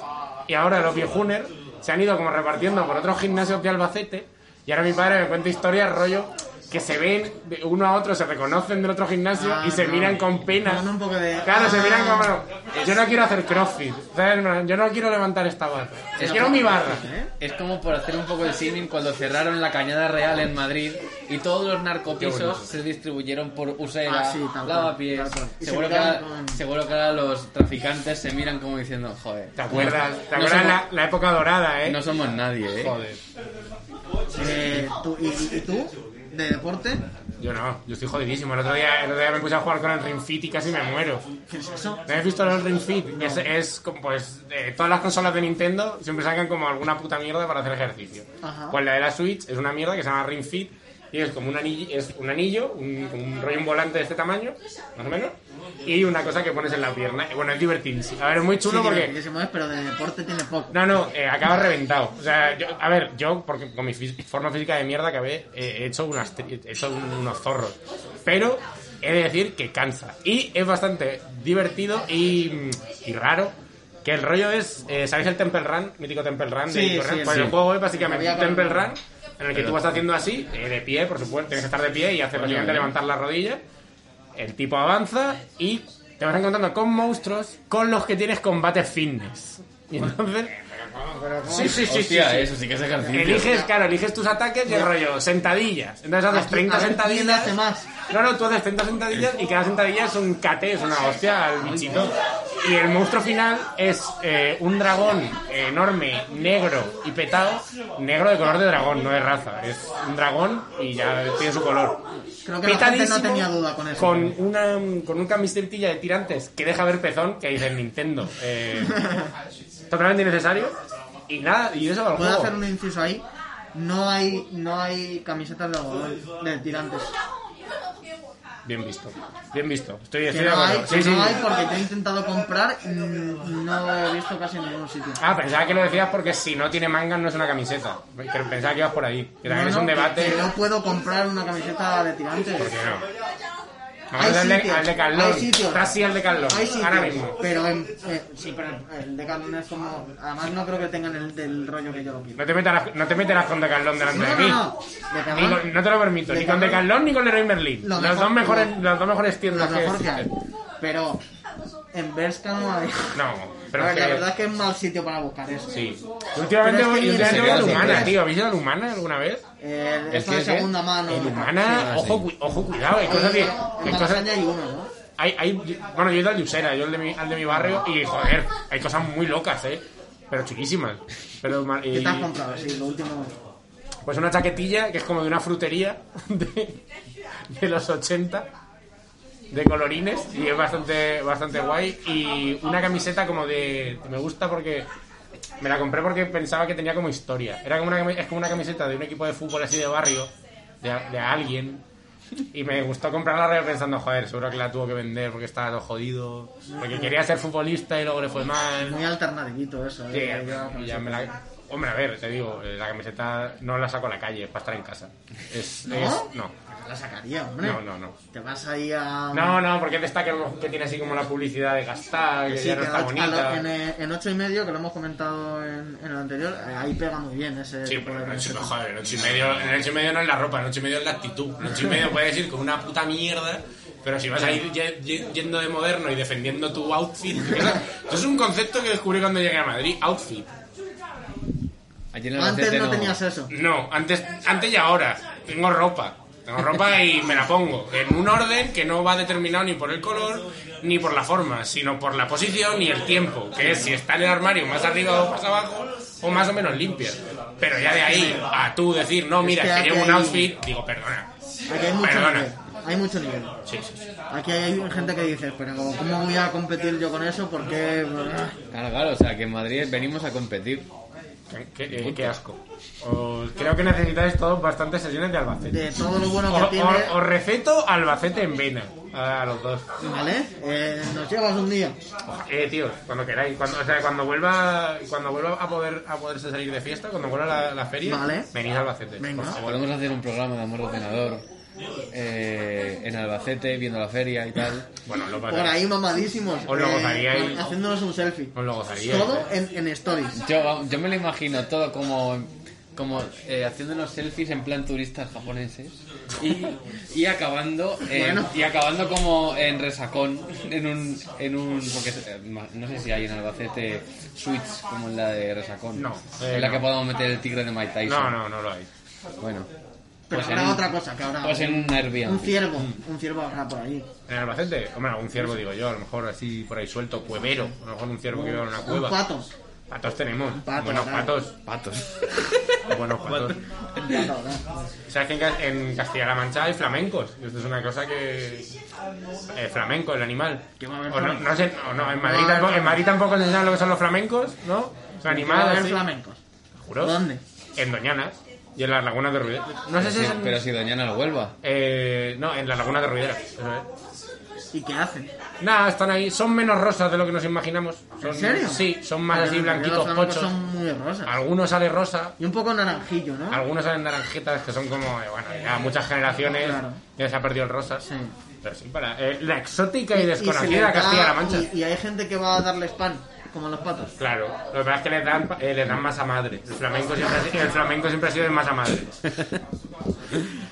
[SPEAKER 2] Y ahora los viejuners se han ido como repartiendo por otros gimnasios de Albacete, y ahora mi padre me cuenta historias rollo que se ven de uno a otro, se reconocen del otro gimnasio
[SPEAKER 1] Ah,
[SPEAKER 2] y se
[SPEAKER 1] no.
[SPEAKER 2] miran con pena.
[SPEAKER 1] Con un poco de-
[SPEAKER 2] Claro, se
[SPEAKER 1] Ah.
[SPEAKER 2] miran como... Yo no quiero hacer crossfit, ¿sabes, hermano? yo no quiero levantar esta barra,
[SPEAKER 3] Es
[SPEAKER 2] quiero
[SPEAKER 3] que-
[SPEAKER 2] mi barra.
[SPEAKER 1] ¿Eh?
[SPEAKER 3] Es como por hacer un poco de símil cuando cerraron la Cañada Real en Madrid y todos los narcopisos se distribuyeron por Usera,
[SPEAKER 1] Ah, sí, tal cual,
[SPEAKER 3] Lavapiés.
[SPEAKER 1] tal cual. Y se
[SPEAKER 3] Seguro, que
[SPEAKER 1] miraban
[SPEAKER 3] ahora-
[SPEAKER 1] con-
[SPEAKER 3] seguro que ahora los traficantes se miran como diciendo, joder.
[SPEAKER 2] ¿Te acuerdas? ¿Te
[SPEAKER 3] No
[SPEAKER 2] acuerdas
[SPEAKER 3] somos-
[SPEAKER 2] la, la época dorada, eh?
[SPEAKER 3] No somos nadie, ¿eh?
[SPEAKER 2] Joder.
[SPEAKER 1] Eh, ¿tú- y, y tú? ¿De deporte?
[SPEAKER 2] Yo no, yo estoy jodidísimo. El otro día, el otro día me puse a jugar con el Ring Fit y casi me muero.
[SPEAKER 1] ¿Qué es eso?
[SPEAKER 2] ¿No habéis visto el Ring Fit? Es, es como, pues, eh, todas las consolas de Nintendo siempre sacan como alguna puta mierda para hacer ejercicio.
[SPEAKER 1] Ajá.
[SPEAKER 2] Pues la de la Switch es una mierda que se llama Ring Fit y es como un anillo, es un, anillo un, como un rollo, un volante de este tamaño, más o menos, y una cosa que pones en la pierna. Eh, Bueno, es divertidísimo. A ver, es muy chulo
[SPEAKER 1] Sí, que-
[SPEAKER 2] porque
[SPEAKER 1] que se mueve, pero de deporte tiene poco.
[SPEAKER 2] no, no, eh, acaba reventado. O sea, yo- a ver, yo, porque con mi fis- forma física de mierda acabé, eh, he hecho, unas, tri- he hecho un- unos zorros. Pero he de decir que cansa. Y es bastante divertido y, y raro. Que el rollo es, eh, ¿sabéis el Temple Run? Mítico Temple Run. de
[SPEAKER 1] Sí,
[SPEAKER 2] Nico Run?
[SPEAKER 1] sí,
[SPEAKER 2] pues
[SPEAKER 1] sí.
[SPEAKER 2] el juego es básicamente
[SPEAKER 1] Había
[SPEAKER 2] un Temple
[SPEAKER 1] acabado.
[SPEAKER 2] Run en el que tú vas haciendo así, eh, de pie, por supuesto, tienes que estar de pie y hacer básicamente levantar la rodilla. El tipo avanza y te vas encontrando con monstruos con los que tienes combates fitness. Y entonces, sí, sí, sí, sí,
[SPEAKER 3] Hostia, eh,
[SPEAKER 2] sí.
[SPEAKER 3] eso sí que es ejercicio.
[SPEAKER 2] Eliges, claro, eliges tus ataques y el rollo, sentadillas. Entonces haces
[SPEAKER 1] Aquí,
[SPEAKER 2] 30
[SPEAKER 1] a ver, ¿quién
[SPEAKER 2] sentadillas.
[SPEAKER 1] hace más?
[SPEAKER 2] No, no, tú haces 30 sentadillas y cada sentadilla es un KT, es una hostia al bichito. Y el monstruo final es eh, un dragón enorme, negro y petado, negro de color de dragón, no de raza. Es un dragón y ya tiene su color.
[SPEAKER 1] Creo que la gente no
[SPEAKER 2] Petadísimo,
[SPEAKER 1] tenía duda con eso.
[SPEAKER 2] Con una, con una camiseta de tirantes que deja ver pezón, que dice Nintendo.
[SPEAKER 1] [LAUGHS]
[SPEAKER 2] Eh, totalmente innecesario. Y nada, y eso va al
[SPEAKER 1] Puedo
[SPEAKER 2] juego.
[SPEAKER 1] hacer un inciso ahí. No hay, no hay camisetas de algodón de tirantes.
[SPEAKER 2] Bien visto. Bien visto. Estoy,
[SPEAKER 1] Que
[SPEAKER 2] estoy de
[SPEAKER 1] no
[SPEAKER 2] acuerdo.
[SPEAKER 1] hay,
[SPEAKER 2] Sí,
[SPEAKER 1] que
[SPEAKER 2] sí.
[SPEAKER 1] no hay porque te he intentado comprar y no he visto casi en ningún sitio.
[SPEAKER 2] Ah, pensaba que lo decías porque si no tiene mangas no es una camiseta. Pero Pensaba que ibas por ahí. Que también
[SPEAKER 1] No,
[SPEAKER 2] es
[SPEAKER 1] no,
[SPEAKER 2] un
[SPEAKER 1] que-
[SPEAKER 2] debate.
[SPEAKER 1] que yo puedo comprar una camiseta de tirantes.
[SPEAKER 2] ¿Por qué no? Vamos
[SPEAKER 1] Hay
[SPEAKER 2] al de,
[SPEAKER 1] sitios,
[SPEAKER 2] al de Carlón.
[SPEAKER 1] hay sitios.
[SPEAKER 2] Está así al de Carlón.
[SPEAKER 1] Hay sitios,
[SPEAKER 2] Ahora mismo.
[SPEAKER 1] pero en- eh, sí, pero el de Carlón es como... Además no creo que tengan el del rollo que yo lo quiero.
[SPEAKER 2] No te meterás, no te meterás con de Carlón delante
[SPEAKER 1] No,
[SPEAKER 2] de mí.
[SPEAKER 1] no, no. De
[SPEAKER 2] Ni
[SPEAKER 1] Carlón,
[SPEAKER 2] con- no te lo permito,
[SPEAKER 1] De
[SPEAKER 2] ni con De
[SPEAKER 1] Carlón.
[SPEAKER 2] Carlón ni con Leroy Merlin.
[SPEAKER 1] Lo
[SPEAKER 2] Los
[SPEAKER 1] mejor-
[SPEAKER 2] dos mejores,
[SPEAKER 1] lo-
[SPEAKER 2] las dos mejores tiendas
[SPEAKER 1] lo
[SPEAKER 2] que
[SPEAKER 1] mejor que hay.
[SPEAKER 2] existen.
[SPEAKER 1] Pero en Berska no hay.
[SPEAKER 2] No, pero
[SPEAKER 1] A ver,
[SPEAKER 2] es que...
[SPEAKER 1] la verdad es que es mal sitio para buscar eso.
[SPEAKER 2] Sí. Yo últimamente
[SPEAKER 1] Pero es
[SPEAKER 2] voy
[SPEAKER 1] que
[SPEAKER 2] yo últimamente
[SPEAKER 1] en
[SPEAKER 2] voy a
[SPEAKER 3] serio,
[SPEAKER 2] Lumana,
[SPEAKER 1] sí.
[SPEAKER 2] tío. ¿Habéis ido a Lumana alguna vez?
[SPEAKER 1] Eh,
[SPEAKER 3] ¿El
[SPEAKER 1] esto de
[SPEAKER 3] qué, qué?
[SPEAKER 1] segunda mano.
[SPEAKER 2] En Lumana,
[SPEAKER 3] Ah, sí.
[SPEAKER 2] ojo, cu- ojo, cuidado, hay
[SPEAKER 1] Hay
[SPEAKER 2] cosas que...
[SPEAKER 1] uno,
[SPEAKER 2] hay
[SPEAKER 1] En
[SPEAKER 2] cosas-
[SPEAKER 1] Malasaña hay uno, ¿no?
[SPEAKER 2] Hay, hay- bueno, yo he ido a Lusera, yo al de, mi, al de mi barrio, y joder, hay cosas muy locas, ¿eh? Pero chiquísimas. Pero, ma-
[SPEAKER 1] ¿Qué
[SPEAKER 2] y-
[SPEAKER 1] te has comprado? Sí, lo último.
[SPEAKER 2] pues una chaquetilla que es como de una frutería de, de los 80, de colorines, y es bastante, bastante guay. Y una camiseta como de... Me gusta porque... Me la compré porque pensaba que tenía como historia. Era como una, cami- es como una camiseta de un equipo de fútbol así de barrio, de, a- de alguien. Y me gustó comprarla pensando, joder, seguro que la tuvo que vender porque estaba todo jodido. Porque quería ser futbolista y luego le fue mal.
[SPEAKER 1] Muy alternativito eso.
[SPEAKER 2] Sí,
[SPEAKER 1] eh, yo-
[SPEAKER 2] y ya me la- Hombre, a ver, te digo, eh, la camiseta no la saco a la calle, es para estar en casa. Es,
[SPEAKER 1] ¿No?
[SPEAKER 2] es- no,
[SPEAKER 1] La sacaría, hombre.
[SPEAKER 2] no, no, no.
[SPEAKER 1] Te vas ahí a.
[SPEAKER 2] No, no, porque está que, que tiene así como la publicidad de gastar, que
[SPEAKER 1] Sí,
[SPEAKER 2] ya no
[SPEAKER 1] que
[SPEAKER 2] está
[SPEAKER 1] a- a la-
[SPEAKER 2] bonita.
[SPEAKER 1] en, eh, en 8 y medio, que lo hemos comentado en, en el anterior, eh, ahí pega muy bien ese.
[SPEAKER 2] Sí,
[SPEAKER 1] tipo de
[SPEAKER 2] pero en ocho,
[SPEAKER 1] camiseta.
[SPEAKER 2] joder, en ocho y medio, en ocho y medio no es la ropa, en ocho y medio es la actitud. En ocho y medio puedes ir con una puta mierda, pero si vas a ir ye- ye- yendo de moderno y defendiendo tu outfit. [LAUGHS] Eso es un concepto que descubrí cuando llegué a Madrid, outfit.
[SPEAKER 3] Allí en
[SPEAKER 1] Antes
[SPEAKER 3] Albacete
[SPEAKER 1] no tenías eso.
[SPEAKER 2] No, antes, antes y ahora. Tengo ropa. Tengo ropa y me la pongo. En un orden que no va determinado ni por el color ni por la forma, sino por la posición y el tiempo. Que es si está en el armario más arriba o más abajo o más o menos limpia. Pero ya de ahí a tú decir, no, mira,
[SPEAKER 1] Es
[SPEAKER 2] es
[SPEAKER 1] que
[SPEAKER 2] que llevo un
[SPEAKER 1] Este aquí hay-
[SPEAKER 2] outfit, digo, perdona.
[SPEAKER 1] Aquí hay mucho
[SPEAKER 2] Perdona.
[SPEAKER 1] nivel. Hay mucho nivel.
[SPEAKER 2] Sí, sí, sí.
[SPEAKER 1] Aquí hay gente que dice, pero ¿cómo voy a competir yo con eso? Porque.
[SPEAKER 3] Claro, claro, o sea, que en Madrid venimos a competir.
[SPEAKER 2] Qué, qué- qué asco. Os- creo que necesitáis todos bastantes sesiones de Albacete.
[SPEAKER 1] De todo lo bueno que
[SPEAKER 2] Os,
[SPEAKER 1] tiene.
[SPEAKER 2] os- os receto Albacete en vena a los dos.
[SPEAKER 1] ¿Vale? Eh, nos llevas un día.
[SPEAKER 2] Eh, tío, cuando queráis, cuando, o sea, cuando vuelva, cuando vuelva a poder a poderse salir de fiesta, cuando vuelva la, la feria,
[SPEAKER 1] Vale.
[SPEAKER 2] venid a Albacete.
[SPEAKER 1] Venga.
[SPEAKER 2] por favor.
[SPEAKER 3] Podemos hacer un programa de amor de ordenador eh, en Albacete, viendo la feria y tal.
[SPEAKER 2] Bueno, lo
[SPEAKER 1] Por
[SPEAKER 2] pasáis.
[SPEAKER 1] ahí mamadísimos.
[SPEAKER 2] Os lo
[SPEAKER 1] eh,
[SPEAKER 2] gozaríais.
[SPEAKER 1] haciéndonos un selfie.
[SPEAKER 2] Os lo gozaríais,
[SPEAKER 1] Todo en, en stories.
[SPEAKER 3] Yo, yo me lo imagino todo como, como eh, haciendo unos selfies en plan turistas japoneses y, y acabando eh,
[SPEAKER 1] Bueno.
[SPEAKER 3] y acabando como en resacón en un en un porque eh, ma- no sé si hay en Albacete suites como en la de resacón
[SPEAKER 2] No, eh,
[SPEAKER 3] en la
[SPEAKER 2] no.
[SPEAKER 3] que podamos meter el tigre de Mike Tyson
[SPEAKER 2] No, no, no lo hay.
[SPEAKER 3] bueno
[SPEAKER 1] Pero
[SPEAKER 3] pues
[SPEAKER 1] habrá
[SPEAKER 3] en un-
[SPEAKER 1] otra cosa que habrá.
[SPEAKER 3] pues en un Airbnb
[SPEAKER 1] Un ciervo. Un ciervo habrá por ahí.
[SPEAKER 2] En Albacete, hombre, algún ciervo digo yo, a lo mejor así por ahí suelto, cuevero, a lo mejor un ciervo que vive en una
[SPEAKER 1] Un
[SPEAKER 2] cueva.
[SPEAKER 1] pato.
[SPEAKER 2] Patos tenemos,
[SPEAKER 1] pato,
[SPEAKER 2] buenos
[SPEAKER 1] claro.
[SPEAKER 2] patos,
[SPEAKER 1] [LAUGHS]
[SPEAKER 3] patos
[SPEAKER 2] buenos patos.
[SPEAKER 1] Un pato habrá.
[SPEAKER 2] Sabes que en Ca- en Castilla-La Mancha hay flamencos. Y esto es una cosa que. eh, flamenco, el animal.
[SPEAKER 1] ¿Qué va a haber
[SPEAKER 2] O no,
[SPEAKER 1] flamenco?
[SPEAKER 2] no sé, o no, en Madrid,
[SPEAKER 1] No, no,
[SPEAKER 2] tampoco,
[SPEAKER 1] no.
[SPEAKER 2] en Madrid tampoco se sabe lo que son los flamencos, ¿no? Los
[SPEAKER 1] Va a
[SPEAKER 2] animales.
[SPEAKER 1] haber
[SPEAKER 2] así.
[SPEAKER 1] flamencos.
[SPEAKER 2] ¿Juro?
[SPEAKER 1] ¿Dónde?
[SPEAKER 2] En Doñanas y en las lagunas de Ruidera. No sé si
[SPEAKER 3] Sí,
[SPEAKER 2] es en-
[SPEAKER 3] pero si Doñana lo vuelva
[SPEAKER 2] eh, no, en las lagunas de Ruidera. eso es.
[SPEAKER 1] ¿Y qué hacen?
[SPEAKER 2] Nada, están ahí. Son menos rosas de lo que nos imaginamos. Son-
[SPEAKER 1] ¿En serio?
[SPEAKER 2] Sí, son más así
[SPEAKER 1] Pero en realidad
[SPEAKER 2] blanquitos,
[SPEAKER 1] Los flamencos
[SPEAKER 2] pochos.
[SPEAKER 1] son muy rosas.
[SPEAKER 2] Algunos sale rosa,
[SPEAKER 1] Y un poco naranjillo, ¿no?
[SPEAKER 2] algunos salen naranjetas que son como, eh, bueno, ya muchas generaciones
[SPEAKER 1] Claro.
[SPEAKER 2] ya se ha perdido el rosa.
[SPEAKER 1] Sí.
[SPEAKER 2] Pero sí, para. eh, la exótica y,
[SPEAKER 1] Y- y se les
[SPEAKER 2] desconocida
[SPEAKER 1] da-
[SPEAKER 2] Castilla-La Mancha.
[SPEAKER 1] Y, y hay gente que va a darles pan, como los patos.
[SPEAKER 2] Claro, lo que pasa es que les dan, eh, les dan masa madre. El flamenco, siempre ha, sido- el flamenco siempre ha sido de masa madre.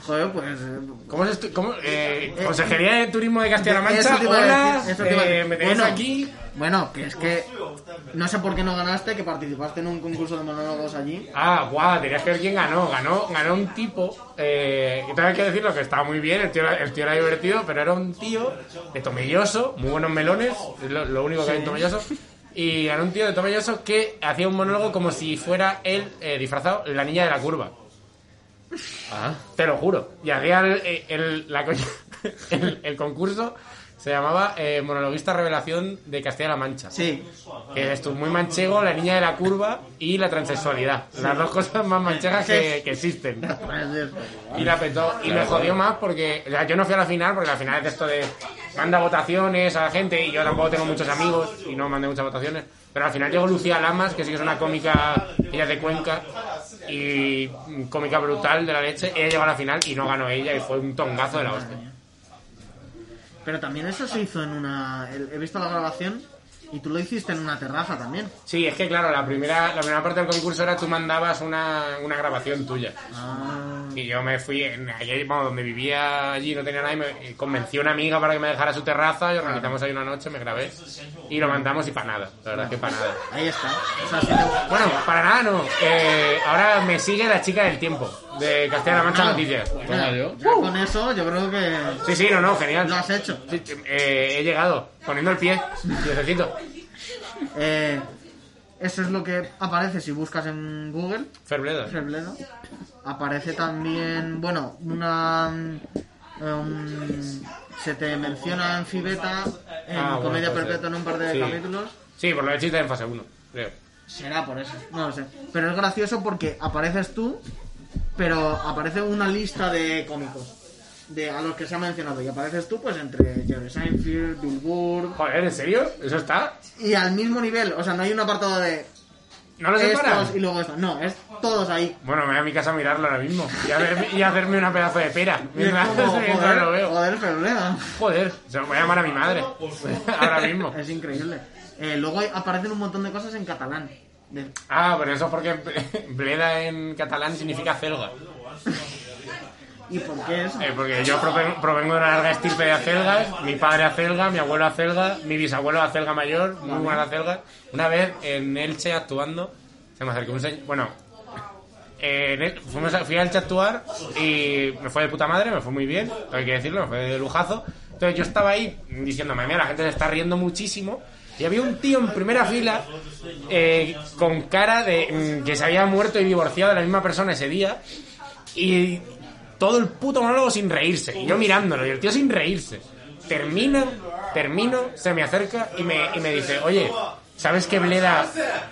[SPEAKER 1] Joder, pues. eh,
[SPEAKER 2] ¿Cómo es esto? ¿Cómo? Eh, Consejería de Turismo de Castilla-La
[SPEAKER 1] eh,
[SPEAKER 2] Mancha,
[SPEAKER 1] Eso te iba a
[SPEAKER 2] hola,
[SPEAKER 1] decir, eso te iba a
[SPEAKER 2] eh,
[SPEAKER 1] decir.
[SPEAKER 2] me tenéis
[SPEAKER 1] Bueno,
[SPEAKER 2] aquí.
[SPEAKER 1] Bueno, que es que no sé por qué no ganaste, que participaste en un concurso de monólogos allí.
[SPEAKER 2] Ah, guau, tenías que ver quién ganó. Ganó, ganó un tipo, eh, que también hay que decirlo, que estaba muy bien, el tío, era- el tío era divertido, pero era un tío de Tomelloso, muy buenos melones, es lo, lo único que hay en Tomelloso. Y ganó un tío de Tomelloso que hacía un monólogo como si fuera él eh, disfrazado, la niña de la curva.
[SPEAKER 3] Ah.
[SPEAKER 2] Te lo juro. Y hacía el, el- el- la coña- [LAUGHS] el- el concurso, se llamaba eh, Monologuista Revelación de Castilla-La Mancha. [LAUGHS]
[SPEAKER 1] Sí,
[SPEAKER 2] Que eres tú, muy manchego, la niña de la curva y la transexualidad. Las dos cosas más manchegas que, que existen.
[SPEAKER 1] Joder,
[SPEAKER 2] Y la petó. Y me jodió más porque o sea, yo no fui a la final, porque la final es esto de manda votaciones a la gente y yo tampoco tengo muchos amigos y no mandé muchas votaciones. Pero al final llegó Lucía Lamas, que sí que es una cómica, ella es de Cuenca y mm, cómica brutal de la leche. Ella llegó a la final y no ganó ella y fue un tongazo de la hostia.
[SPEAKER 1] Pero también eso se hizo en una. el- He visto la grabación y tú lo hiciste en una terraza también.
[SPEAKER 2] Sí, es que claro, la primera, la primera parte del concurso era tú mandabas una, una grabación tuya.
[SPEAKER 1] Ah,
[SPEAKER 2] Y yo me fui, en, allí, vamos, donde vivía allí, no tenía nadie, me eh, convencí a una amiga para que me dejara su terraza y organizamos ahí una noche, me grabé y lo mandamos y para nada, la verdad es que para nada.
[SPEAKER 1] ahí está. O sea, si te-
[SPEAKER 2] Bueno, para nada no, eh, ahora me sigue la chica del tiempo, de Castilla-La Mancha Noticias.
[SPEAKER 3] Toma yo.
[SPEAKER 1] ya con eso yo creo que
[SPEAKER 2] Sí, sí, no, no, genial.
[SPEAKER 1] lo has hecho.
[SPEAKER 2] Sí, eh, he llegado, poniendo el pie, piececito.
[SPEAKER 1] Eh, eso es lo que aparece si buscas en Google,
[SPEAKER 2] Ferbledo.
[SPEAKER 1] Frebledo. Aparece también, bueno, una... mm, um, se te menciona en Fibeta, en
[SPEAKER 2] Ah, bueno,
[SPEAKER 1] Comedia
[SPEAKER 2] puede ser.
[SPEAKER 1] Perpetua en un par de
[SPEAKER 2] Sí.
[SPEAKER 1] capítulos.
[SPEAKER 2] Sí, por lo de chiste en fase 1, creo.
[SPEAKER 1] Será por eso, no lo sé. Pero es gracioso porque apareces tú, pero aparece una lista de cómicos. De a los que se ha mencionado. Y apareces tú, pues, entre Jerry Seinfeld, Dulbur...
[SPEAKER 2] Joder, ¿en serio? ¿Eso está?
[SPEAKER 1] Y al mismo nivel. O sea, no hay un apartado de
[SPEAKER 2] ¿No lo separan?
[SPEAKER 1] estos y luego estos. No, es todos ahí.
[SPEAKER 2] Bueno, me voy a mi casa a mirarlo ahora mismo y, a ver- y a hacerme una pedazo de pera.
[SPEAKER 1] Y es
[SPEAKER 2] Mientras,
[SPEAKER 1] como,
[SPEAKER 2] [LAUGHS] mientras
[SPEAKER 1] joder,
[SPEAKER 2] lo veo.
[SPEAKER 1] joder, problema.
[SPEAKER 2] Joder, se lo voy a llamar a mi madre. [LAUGHS] ahora mismo.
[SPEAKER 1] Es increíble. Eh, luego hay- aparecen un montón de cosas en catalán. De-
[SPEAKER 2] Ah, pero eso es porque bleda en catalán significa celga.
[SPEAKER 1] ¿Y por qué eso?
[SPEAKER 2] Eh, porque yo proven- provengo de una larga estirpe de acelgas. Mi padre acelga, mi abuelo acelga, mi bisabuelo acelga mayor, muy buena acelga. Una vez en Elche actuando, se me acercó un señor. Bueno, eh, en el- fuimos a- fui a Elche a actuar y me fue de puta madre, me fue muy bien, hay que decirlo, me fue de lujazo. Entonces yo estaba ahí diciendo, madre mía, la gente se está riendo muchísimo. Y había un tío en primera fila eh, con cara de mm, que se había muerto y divorciado de la misma persona ese día. Y todo el puto monólogo sin reírse. Y yo mirándolo, y el tío sin reírse. Termina, termino, se me acerca y me, y me dice, oye, ¿sabes que Bleda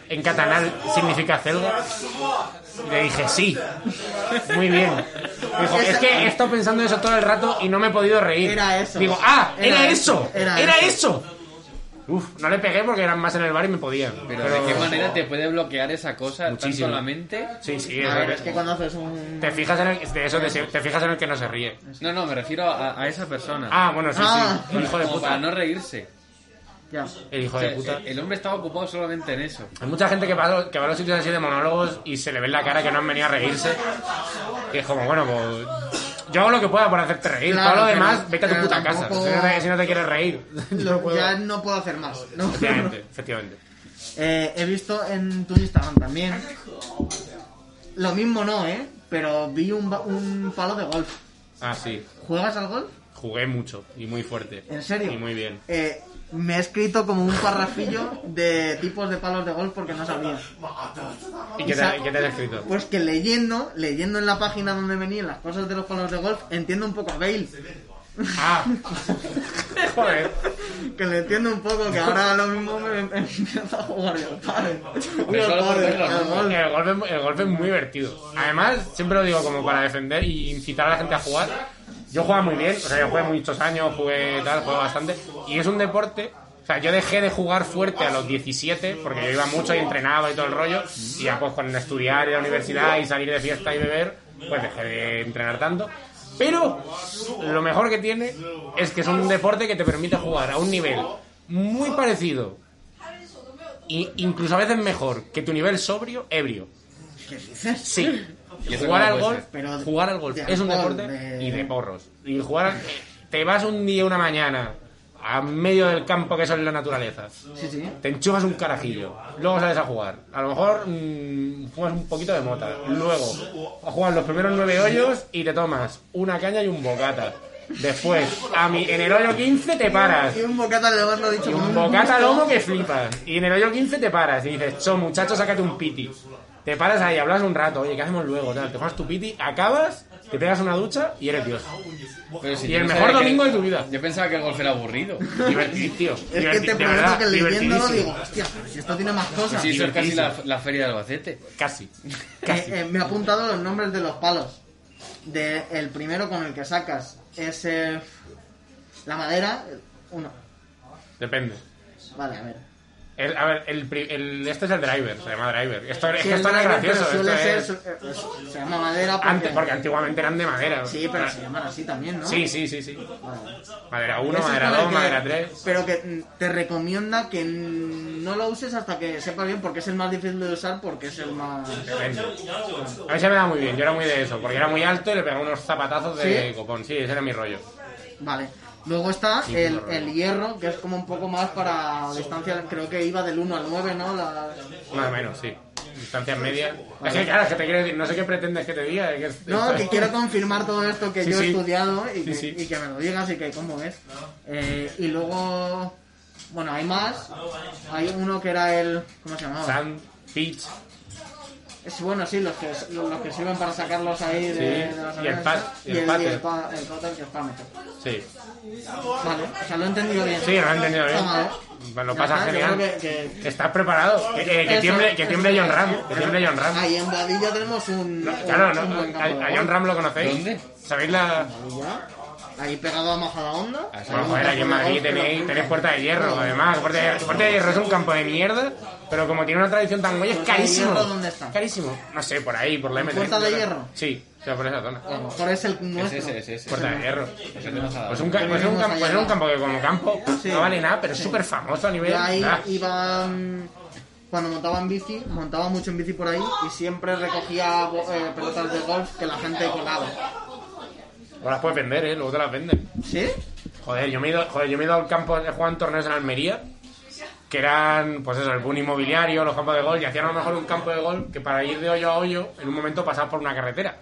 [SPEAKER 2] en catalán significa celga? Y le dije, sí. Muy bien. Me Dijo, es que he estado pensando eso todo el rato y no me he podido reír.
[SPEAKER 1] Era eso.
[SPEAKER 2] Digo, ah, era,
[SPEAKER 1] Era
[SPEAKER 2] eso.
[SPEAKER 1] eso, era
[SPEAKER 2] Era eso. Uf, no le pegué porque eran más en el bar y me podían.
[SPEAKER 3] Pero, de qué manera te puede bloquear esa cosa
[SPEAKER 2] Muchísimo.
[SPEAKER 3] tan solamente.
[SPEAKER 2] Sí, sí,
[SPEAKER 1] A
[SPEAKER 2] eso
[SPEAKER 1] ver,
[SPEAKER 2] que-
[SPEAKER 1] es que cuando haces un...
[SPEAKER 2] eh, Te fijas en el, de eso de- te fijas en el que no se ríe.
[SPEAKER 3] No, no, me refiero a, a esa persona.
[SPEAKER 2] Ah, bueno, sí,
[SPEAKER 1] Ah.
[SPEAKER 2] sí. El hijo de
[SPEAKER 3] Como para
[SPEAKER 2] puta.
[SPEAKER 3] no reírse.
[SPEAKER 1] Ya.
[SPEAKER 2] El hijo
[SPEAKER 3] O
[SPEAKER 2] de
[SPEAKER 3] sea,
[SPEAKER 2] puta.
[SPEAKER 3] El hombre estaba ocupado solamente en eso.
[SPEAKER 2] Hay mucha gente que va, a los- que va a los sitios así de monólogos y se le ve en la cara que no han venido a reírse. Y es como, bueno, pues. Yo hago lo que pueda por hacerte reír.
[SPEAKER 1] Claro,
[SPEAKER 2] Todo lo
[SPEAKER 1] pero-
[SPEAKER 2] demás, vete a tu
[SPEAKER 1] pero
[SPEAKER 2] puta
[SPEAKER 1] tampoco-
[SPEAKER 2] casa. Si no, te, si no te quieres reír. [LAUGHS]
[SPEAKER 1] Lo- ya no puedo hacer más. ¿no?
[SPEAKER 2] Efectivamente, efectivamente.
[SPEAKER 1] Eh, he visto en tu Instagram también. Lo mismo no, ¿eh? Pero vi un, ba- un palo de golf.
[SPEAKER 2] Ah, sí.
[SPEAKER 1] ¿Juegas al golf?
[SPEAKER 2] Jugué mucho y muy fuerte.
[SPEAKER 1] ¿En serio?
[SPEAKER 2] Y muy bien.
[SPEAKER 1] Eh, me he escrito como un parrafillo de tipos de palos de golf porque no sabía.
[SPEAKER 2] ¿Y qué te,
[SPEAKER 1] Isa-
[SPEAKER 2] qué te has escrito?
[SPEAKER 1] Pues que leyendo, leyendo en la página donde venían las cosas de los palos de golf, entiendo un poco a Bale.
[SPEAKER 2] Ah. Joder.
[SPEAKER 1] Que le entiendo un poco, que ahora lo mismo me, me empiezo a jugar yo al pádel.
[SPEAKER 3] Hombre,
[SPEAKER 1] Yo al
[SPEAKER 3] solo por
[SPEAKER 1] pádel,
[SPEAKER 3] verlo,
[SPEAKER 1] al
[SPEAKER 3] ¿no?
[SPEAKER 1] golf.
[SPEAKER 2] El golpe, el golpe es muy divertido. Además, siempre lo digo como para defender y incitar a la gente a jugar. Yo jugaba muy bien, o sea, yo jugué muchos años, jugué tal, jugué bastante. Y es un deporte. O sea, yo dejé de jugar fuerte a los 17 porque yo iba mucho y entrenaba y todo el rollo. Y ya pues con estudiar y la universidad y salir de fiesta y beber, pues dejé de entrenar tanto. Pero lo mejor que tiene es que es un deporte que te permite jugar a un nivel muy parecido y incluso a veces mejor que tu nivel sobrio, ebrio.
[SPEAKER 1] ¿Qué dices?
[SPEAKER 2] Sí.
[SPEAKER 3] Y eso
[SPEAKER 2] jugar
[SPEAKER 3] no
[SPEAKER 2] al
[SPEAKER 3] puede
[SPEAKER 2] golf,
[SPEAKER 3] ser.
[SPEAKER 1] Pero
[SPEAKER 2] jugar al golf
[SPEAKER 1] de
[SPEAKER 2] es un
[SPEAKER 1] alcohol,
[SPEAKER 2] deporte
[SPEAKER 1] de-
[SPEAKER 2] y de porros. Y jugar al- te vas un día una mañana a medio del campo que es la naturaleza.
[SPEAKER 1] Sí, sí.
[SPEAKER 2] Te enchufas un carajillo, luego sales a jugar. A lo mejor mm, fumas un poquito de mota. Luego juegas los primeros nueve hoyos y te tomas una caña y un bocata. Después, a mi, en el hoyo 15 te paras.
[SPEAKER 1] Y un bocata le vas lo dicho.
[SPEAKER 2] Y
[SPEAKER 1] con
[SPEAKER 2] un bocata lomo que flipas. Y en el hoyo 15 te paras y dices, cho, muchacho, sácate un piti. Te paras ahí, hablas un rato, oye, ¿qué hacemos luego? Tal, te juegas tu piti, acabas, te pegas una ducha y eres Dios.
[SPEAKER 3] Pero si
[SPEAKER 2] Y
[SPEAKER 3] yo
[SPEAKER 2] el
[SPEAKER 3] no
[SPEAKER 2] mejor
[SPEAKER 3] sabía que-
[SPEAKER 2] domingo de tu vida.
[SPEAKER 3] Yo pensaba que el golf era
[SPEAKER 2] [LAUGHS]
[SPEAKER 3] aburrido.
[SPEAKER 2] Divertido, tío.
[SPEAKER 1] [LAUGHS] Es que te
[SPEAKER 2] Diverti- de
[SPEAKER 1] prometo
[SPEAKER 2] verdad,
[SPEAKER 1] que leyéndolo
[SPEAKER 2] divertidísimo.
[SPEAKER 1] digo, hostia, pero si esto tiene más cosas.
[SPEAKER 3] Sí, eso es casi
[SPEAKER 2] Divertísimo.
[SPEAKER 3] la, la feria de Albacete.
[SPEAKER 2] Casi.
[SPEAKER 1] Eh, eh, me he apuntado los nombres de los palos. De el primero con el que sacas es eh, la madera. Uno.
[SPEAKER 2] Depende.
[SPEAKER 1] Vale, a ver.
[SPEAKER 2] El- a ver, el, pri- el- este es el driver, se llama driver. Esto, es
[SPEAKER 1] Sí,
[SPEAKER 2] que
[SPEAKER 1] es
[SPEAKER 2] esto era
[SPEAKER 1] madera, pero
[SPEAKER 2] gracioso.
[SPEAKER 1] pues, suele
[SPEAKER 2] esto
[SPEAKER 1] ser-
[SPEAKER 2] es-
[SPEAKER 1] su- eh, es- se llama madera porque...
[SPEAKER 2] antes, porque antiguamente eran de madera. Ah,
[SPEAKER 1] Sí, pero se llaman así también, ¿no?
[SPEAKER 2] Sí, sí, sí, sí.
[SPEAKER 1] Vale.
[SPEAKER 2] Madera 1,
[SPEAKER 1] Ese es
[SPEAKER 2] madera
[SPEAKER 1] con el
[SPEAKER 2] 2,
[SPEAKER 1] que-
[SPEAKER 2] madera 3.
[SPEAKER 1] Pero que mm, te recomienda que mm, no lo uses hasta que sepas bien porque es el más difícil de usar porque es el más...
[SPEAKER 2] Depende. A mí se me da muy bien, yo era muy de eso, porque era muy alto y le pegaba unos zapatazos de
[SPEAKER 1] ¿Sí?
[SPEAKER 2] copón. Sí, ese era mi rollo.
[SPEAKER 1] Vale. Luego está
[SPEAKER 2] Sí,
[SPEAKER 1] el,
[SPEAKER 2] claro.
[SPEAKER 1] el hierro, que es como un poco más para distancia, creo que iba del 1 al 9, ¿no? La-
[SPEAKER 2] Más o menos, sí. Distancias medias. Es que, claro, es que te quiero decir, no sé qué pretendes que te diga. es que-
[SPEAKER 1] No, que quiero confirmar todo esto que
[SPEAKER 2] Sí,
[SPEAKER 1] yo he
[SPEAKER 2] sí.
[SPEAKER 1] estudiado y,
[SPEAKER 2] Sí,
[SPEAKER 1] que,
[SPEAKER 2] sí.
[SPEAKER 1] y que me lo digas y que cómo es. Eh, y luego, bueno, hay más. Hay uno que era el... ¿Cómo se llamaba?
[SPEAKER 2] Sand, pitch, sí.
[SPEAKER 1] Es bueno, sí, los que, los, los que sirven para sacarlos ahí de, de las
[SPEAKER 2] Y el
[SPEAKER 1] arenas,
[SPEAKER 2] pa-
[SPEAKER 1] ¿no?
[SPEAKER 2] y el
[SPEAKER 1] y
[SPEAKER 2] pater.
[SPEAKER 1] el pa- el pater, que es para meter.
[SPEAKER 2] Sí,
[SPEAKER 1] Vale, o sea, lo he entendido bien. ¿eh?
[SPEAKER 2] lo he entendido bien.
[SPEAKER 1] Está mal.
[SPEAKER 2] Me lo
[SPEAKER 1] Ya
[SPEAKER 2] pasas
[SPEAKER 1] está, yo
[SPEAKER 2] genial.
[SPEAKER 1] creo que- que-
[SPEAKER 2] Estás preparado. Que, que- que
[SPEAKER 1] Eso,
[SPEAKER 2] tiemble, que
[SPEAKER 1] eso
[SPEAKER 2] tiemble
[SPEAKER 1] es.
[SPEAKER 2] John Ram. Que tiemble John Ram.
[SPEAKER 1] Ahí en Badilla tenemos un. un-
[SPEAKER 2] Claro,
[SPEAKER 1] un
[SPEAKER 2] no,
[SPEAKER 1] buen ¿eh? campo
[SPEAKER 2] a,
[SPEAKER 1] de
[SPEAKER 2] a
[SPEAKER 1] golf.
[SPEAKER 2] John Ram lo conocéis.
[SPEAKER 3] ¿Dónde?
[SPEAKER 2] ¿Sabéis la.?
[SPEAKER 1] Badilla, Ahí pegado a Majadahonda.
[SPEAKER 3] Ah, sí.
[SPEAKER 2] Bueno, joder, aquí en Madrid tenéis, tenéis Puerta de Hierro, además. Puerta de, Puerta de Hierro es un campo de mierda, pero como tiene una tradición tan guay, es
[SPEAKER 1] ¿Puerta de
[SPEAKER 2] carísimo.
[SPEAKER 1] Hierro dónde está?
[SPEAKER 2] Carísimo. No sé, por ahí, por la M3.
[SPEAKER 1] ¿Puerta de Hierro?
[SPEAKER 2] Sí, o sea, por esa zona.
[SPEAKER 1] A lo mejor es el nuestro.
[SPEAKER 3] ese, es ese.
[SPEAKER 2] Puerta de Hierro.
[SPEAKER 3] Eso te pasa.
[SPEAKER 2] eh. Pues, un, ca- pues era un, campo, pues era un campo que como campo
[SPEAKER 1] Sí.
[SPEAKER 2] no vale nada, pero es súper famoso a nivel...
[SPEAKER 1] Yo ahí
[SPEAKER 2] Ah,
[SPEAKER 1] iban. Cuando montaba en bici, montaba mucho en bici por ahí y siempre recogía bo- eh, pelotas de golf que la gente colaba.
[SPEAKER 2] o las puedes vender, ¿eh? Luego te las venden.
[SPEAKER 1] ¿Sí?
[SPEAKER 2] Joder, yo me he ido, joder, yo me he ido al campo, he jugado en torneos en Almería, que eran, pues eso, el boom inmobiliario, los campos de gol, y hacían a lo mejor un campo de gol que para ir de hoyo a hoyo, en un momento pasabas por una carretera.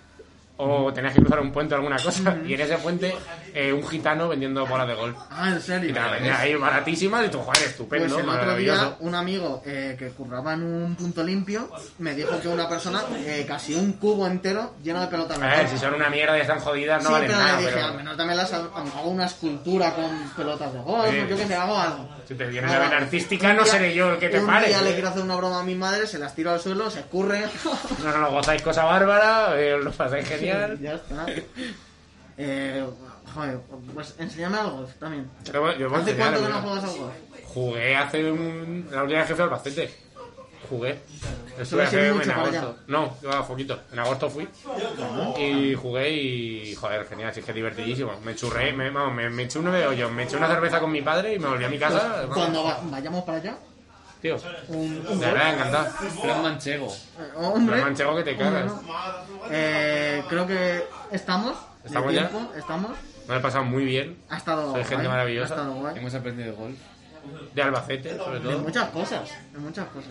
[SPEAKER 2] O tenías que cruzar un puente o alguna cosa, y en ese puente eh, un gitano vendiendo bolas de gol.
[SPEAKER 1] Ah, en serio.
[SPEAKER 2] Y te la vendían ahí baratísimas, y tú, joder, estupendo,
[SPEAKER 1] Pues el otro día
[SPEAKER 2] maravilloso.
[SPEAKER 1] un amigo eh, que curraba en un punto limpio me dijo que una persona eh, casi un cubo entero lleno de pelotas. de
[SPEAKER 2] A ver,
[SPEAKER 1] golf.
[SPEAKER 2] si son una mierda y están jodidas, no
[SPEAKER 1] sí,
[SPEAKER 2] valen
[SPEAKER 1] pero
[SPEAKER 2] nada,
[SPEAKER 1] le dije,
[SPEAKER 2] pero
[SPEAKER 1] al menos dame las, hago una escultura con pelotas de golf,
[SPEAKER 2] Sí.
[SPEAKER 1] o yo que sé, hago algo.
[SPEAKER 2] si te vienes
[SPEAKER 1] Ah,
[SPEAKER 2] a ver artística,
[SPEAKER 1] un
[SPEAKER 2] no
[SPEAKER 1] día-
[SPEAKER 2] seré yo el que te
[SPEAKER 1] un
[SPEAKER 2] pare. ¿eh?
[SPEAKER 1] día le quiero hacer una broma a mi madre, se las tiro al suelo, se escurre. [LAUGHS]
[SPEAKER 2] No, no, lo gozáis cosa bárbara, eh, lo pasáis genial.
[SPEAKER 1] ya está. Eh, joder, pues enséñame al golf también.
[SPEAKER 2] Pero bueno, yo pues, voy
[SPEAKER 1] ¿Hace
[SPEAKER 2] a enseñar,
[SPEAKER 1] cuánto que no
[SPEAKER 2] mira.
[SPEAKER 1] juegas al golf?
[SPEAKER 2] Jugué hace un... La última vez que fui a Albacete. Jugué.
[SPEAKER 1] Tú has ido mucho para allá.
[SPEAKER 2] No, yo a poquito. En agosto fui. Y jugué y... Joder, genial. sí, Es que divertidísimo. Me churré. Me, vamos, me, me eché un nueve hoyos. Me eché una cerveza con mi padre y me volví a mi casa. vamos,
[SPEAKER 1] Cuando va- vayamos para allá,
[SPEAKER 2] Tío,
[SPEAKER 1] un,
[SPEAKER 2] de
[SPEAKER 1] un golf.
[SPEAKER 2] verdad, encantado.
[SPEAKER 3] Fran Manchego.
[SPEAKER 1] Eh, Hombre,
[SPEAKER 2] Lo manchego que te
[SPEAKER 1] hombre,
[SPEAKER 2] cagas.
[SPEAKER 1] no. Eh, creo que estamos. de
[SPEAKER 2] ¿Estamos ya?
[SPEAKER 1] tiempo, Estamos.
[SPEAKER 2] Me lo he pasado muy bien.
[SPEAKER 1] Ha estado
[SPEAKER 2] Soy gente
[SPEAKER 1] guay,
[SPEAKER 2] maravillosa.
[SPEAKER 1] Ha estado guay.
[SPEAKER 3] Hemos aprendido golf.
[SPEAKER 2] De Albacete, sobre
[SPEAKER 1] De
[SPEAKER 2] todo.
[SPEAKER 1] muchas cosas, de muchas cosas.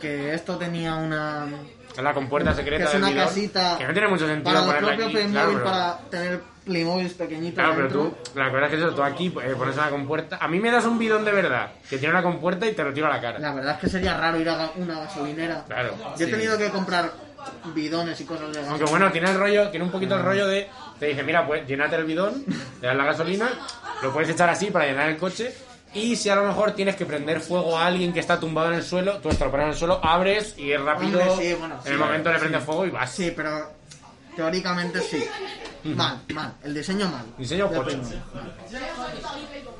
[SPEAKER 1] Que esto tenía una...
[SPEAKER 2] Es la compuerta
[SPEAKER 1] Que
[SPEAKER 2] secreta
[SPEAKER 1] es
[SPEAKER 2] del
[SPEAKER 1] una
[SPEAKER 2] bidón,
[SPEAKER 1] casita
[SPEAKER 2] Que no tiene mucho sentido
[SPEAKER 1] para los
[SPEAKER 2] ponerla
[SPEAKER 1] propios
[SPEAKER 2] aquí.
[SPEAKER 1] Playmobil,
[SPEAKER 2] claro, pero-
[SPEAKER 1] para tener Playmobil pequeñitos
[SPEAKER 2] Claro, pero
[SPEAKER 1] dentro.
[SPEAKER 2] tú, la cosa es que eso, tú aquí eh, pones una compuerta. A mí me das un bidón de verdad, que tiene una compuerta y te lo tiro a la cara.
[SPEAKER 1] La verdad es que sería raro ir a ga- una gasolinera.
[SPEAKER 2] Claro.
[SPEAKER 1] Yo he
[SPEAKER 3] Sí.
[SPEAKER 1] tenido que comprar bidones y cosas de
[SPEAKER 2] Aunque
[SPEAKER 1] gasolina.
[SPEAKER 2] bueno, tiene el rollo, tiene un poquito
[SPEAKER 1] Ah.
[SPEAKER 2] el rollo de. Te dije, mira, pues llénate el bidón, le das la gasolina, lo puedes echar así para llenar el coche. Y si a lo mejor tienes que prender fuego a alguien que está tumbado en el suelo, tú te lo pones en el suelo, abres y es rápido.
[SPEAKER 1] Hombre, sí, bueno, sí,
[SPEAKER 2] en el momento le prendes fuego y vas.
[SPEAKER 1] Sí, pero teóricamente sí. Mal, mal. El diseño mal.
[SPEAKER 2] Diseño
[SPEAKER 1] De
[SPEAKER 2] pocho.
[SPEAKER 1] Playmobil.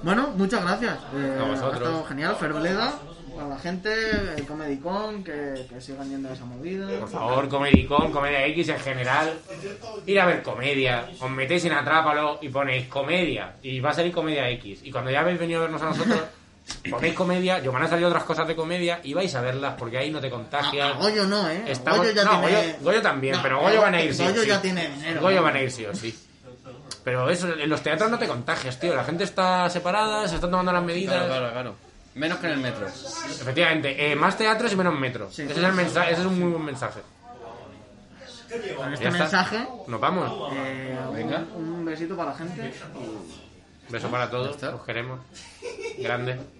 [SPEAKER 1] Bueno, muchas gracias. Eh,
[SPEAKER 2] A vosotros.
[SPEAKER 1] ha estado genial. Ferbleda, para la gente, el Comedy Con, que, que sigan yendo a esa movida.
[SPEAKER 2] Por favor, Comedicón, Comedia X en general. Ir a ver comedia. Os metéis en Atrápalo y ponéis comedia. Y va a salir Comedia X. Y cuando ya habéis venido a vernos a nosotros, ponéis comedia, yo van a salir otras cosas de comedia y vais a verlas porque ahí no te contagias.
[SPEAKER 1] A- a Goyo no, ¿eh? A
[SPEAKER 2] Estamos-
[SPEAKER 1] Goyo ya
[SPEAKER 2] no,
[SPEAKER 1] tiene...
[SPEAKER 2] Goyo, Goyo también,
[SPEAKER 1] No,
[SPEAKER 2] pero Goyo van a ir sí. o
[SPEAKER 1] Goyo
[SPEAKER 2] sí.
[SPEAKER 1] ya tiene dinero.
[SPEAKER 2] Goyo van a ir sí o sí. Pero eso, en los teatros no te contagias, tío. La gente está separada, se están tomando las medidas.
[SPEAKER 3] Claro, claro, claro. Menos que en el metro.
[SPEAKER 2] Efectivamente, eh, más teatros y menos metros.
[SPEAKER 1] Sí.
[SPEAKER 2] ese, es el mensaje, ese es un muy buen mensaje.
[SPEAKER 1] Con este
[SPEAKER 2] Ya está.
[SPEAKER 1] mensaje,
[SPEAKER 2] Nos vamos.
[SPEAKER 1] eh, un-
[SPEAKER 3] Venga.
[SPEAKER 1] Un, besito para la gente.
[SPEAKER 2] Beso para todos.
[SPEAKER 3] está.
[SPEAKER 2] Os queremos. Grande.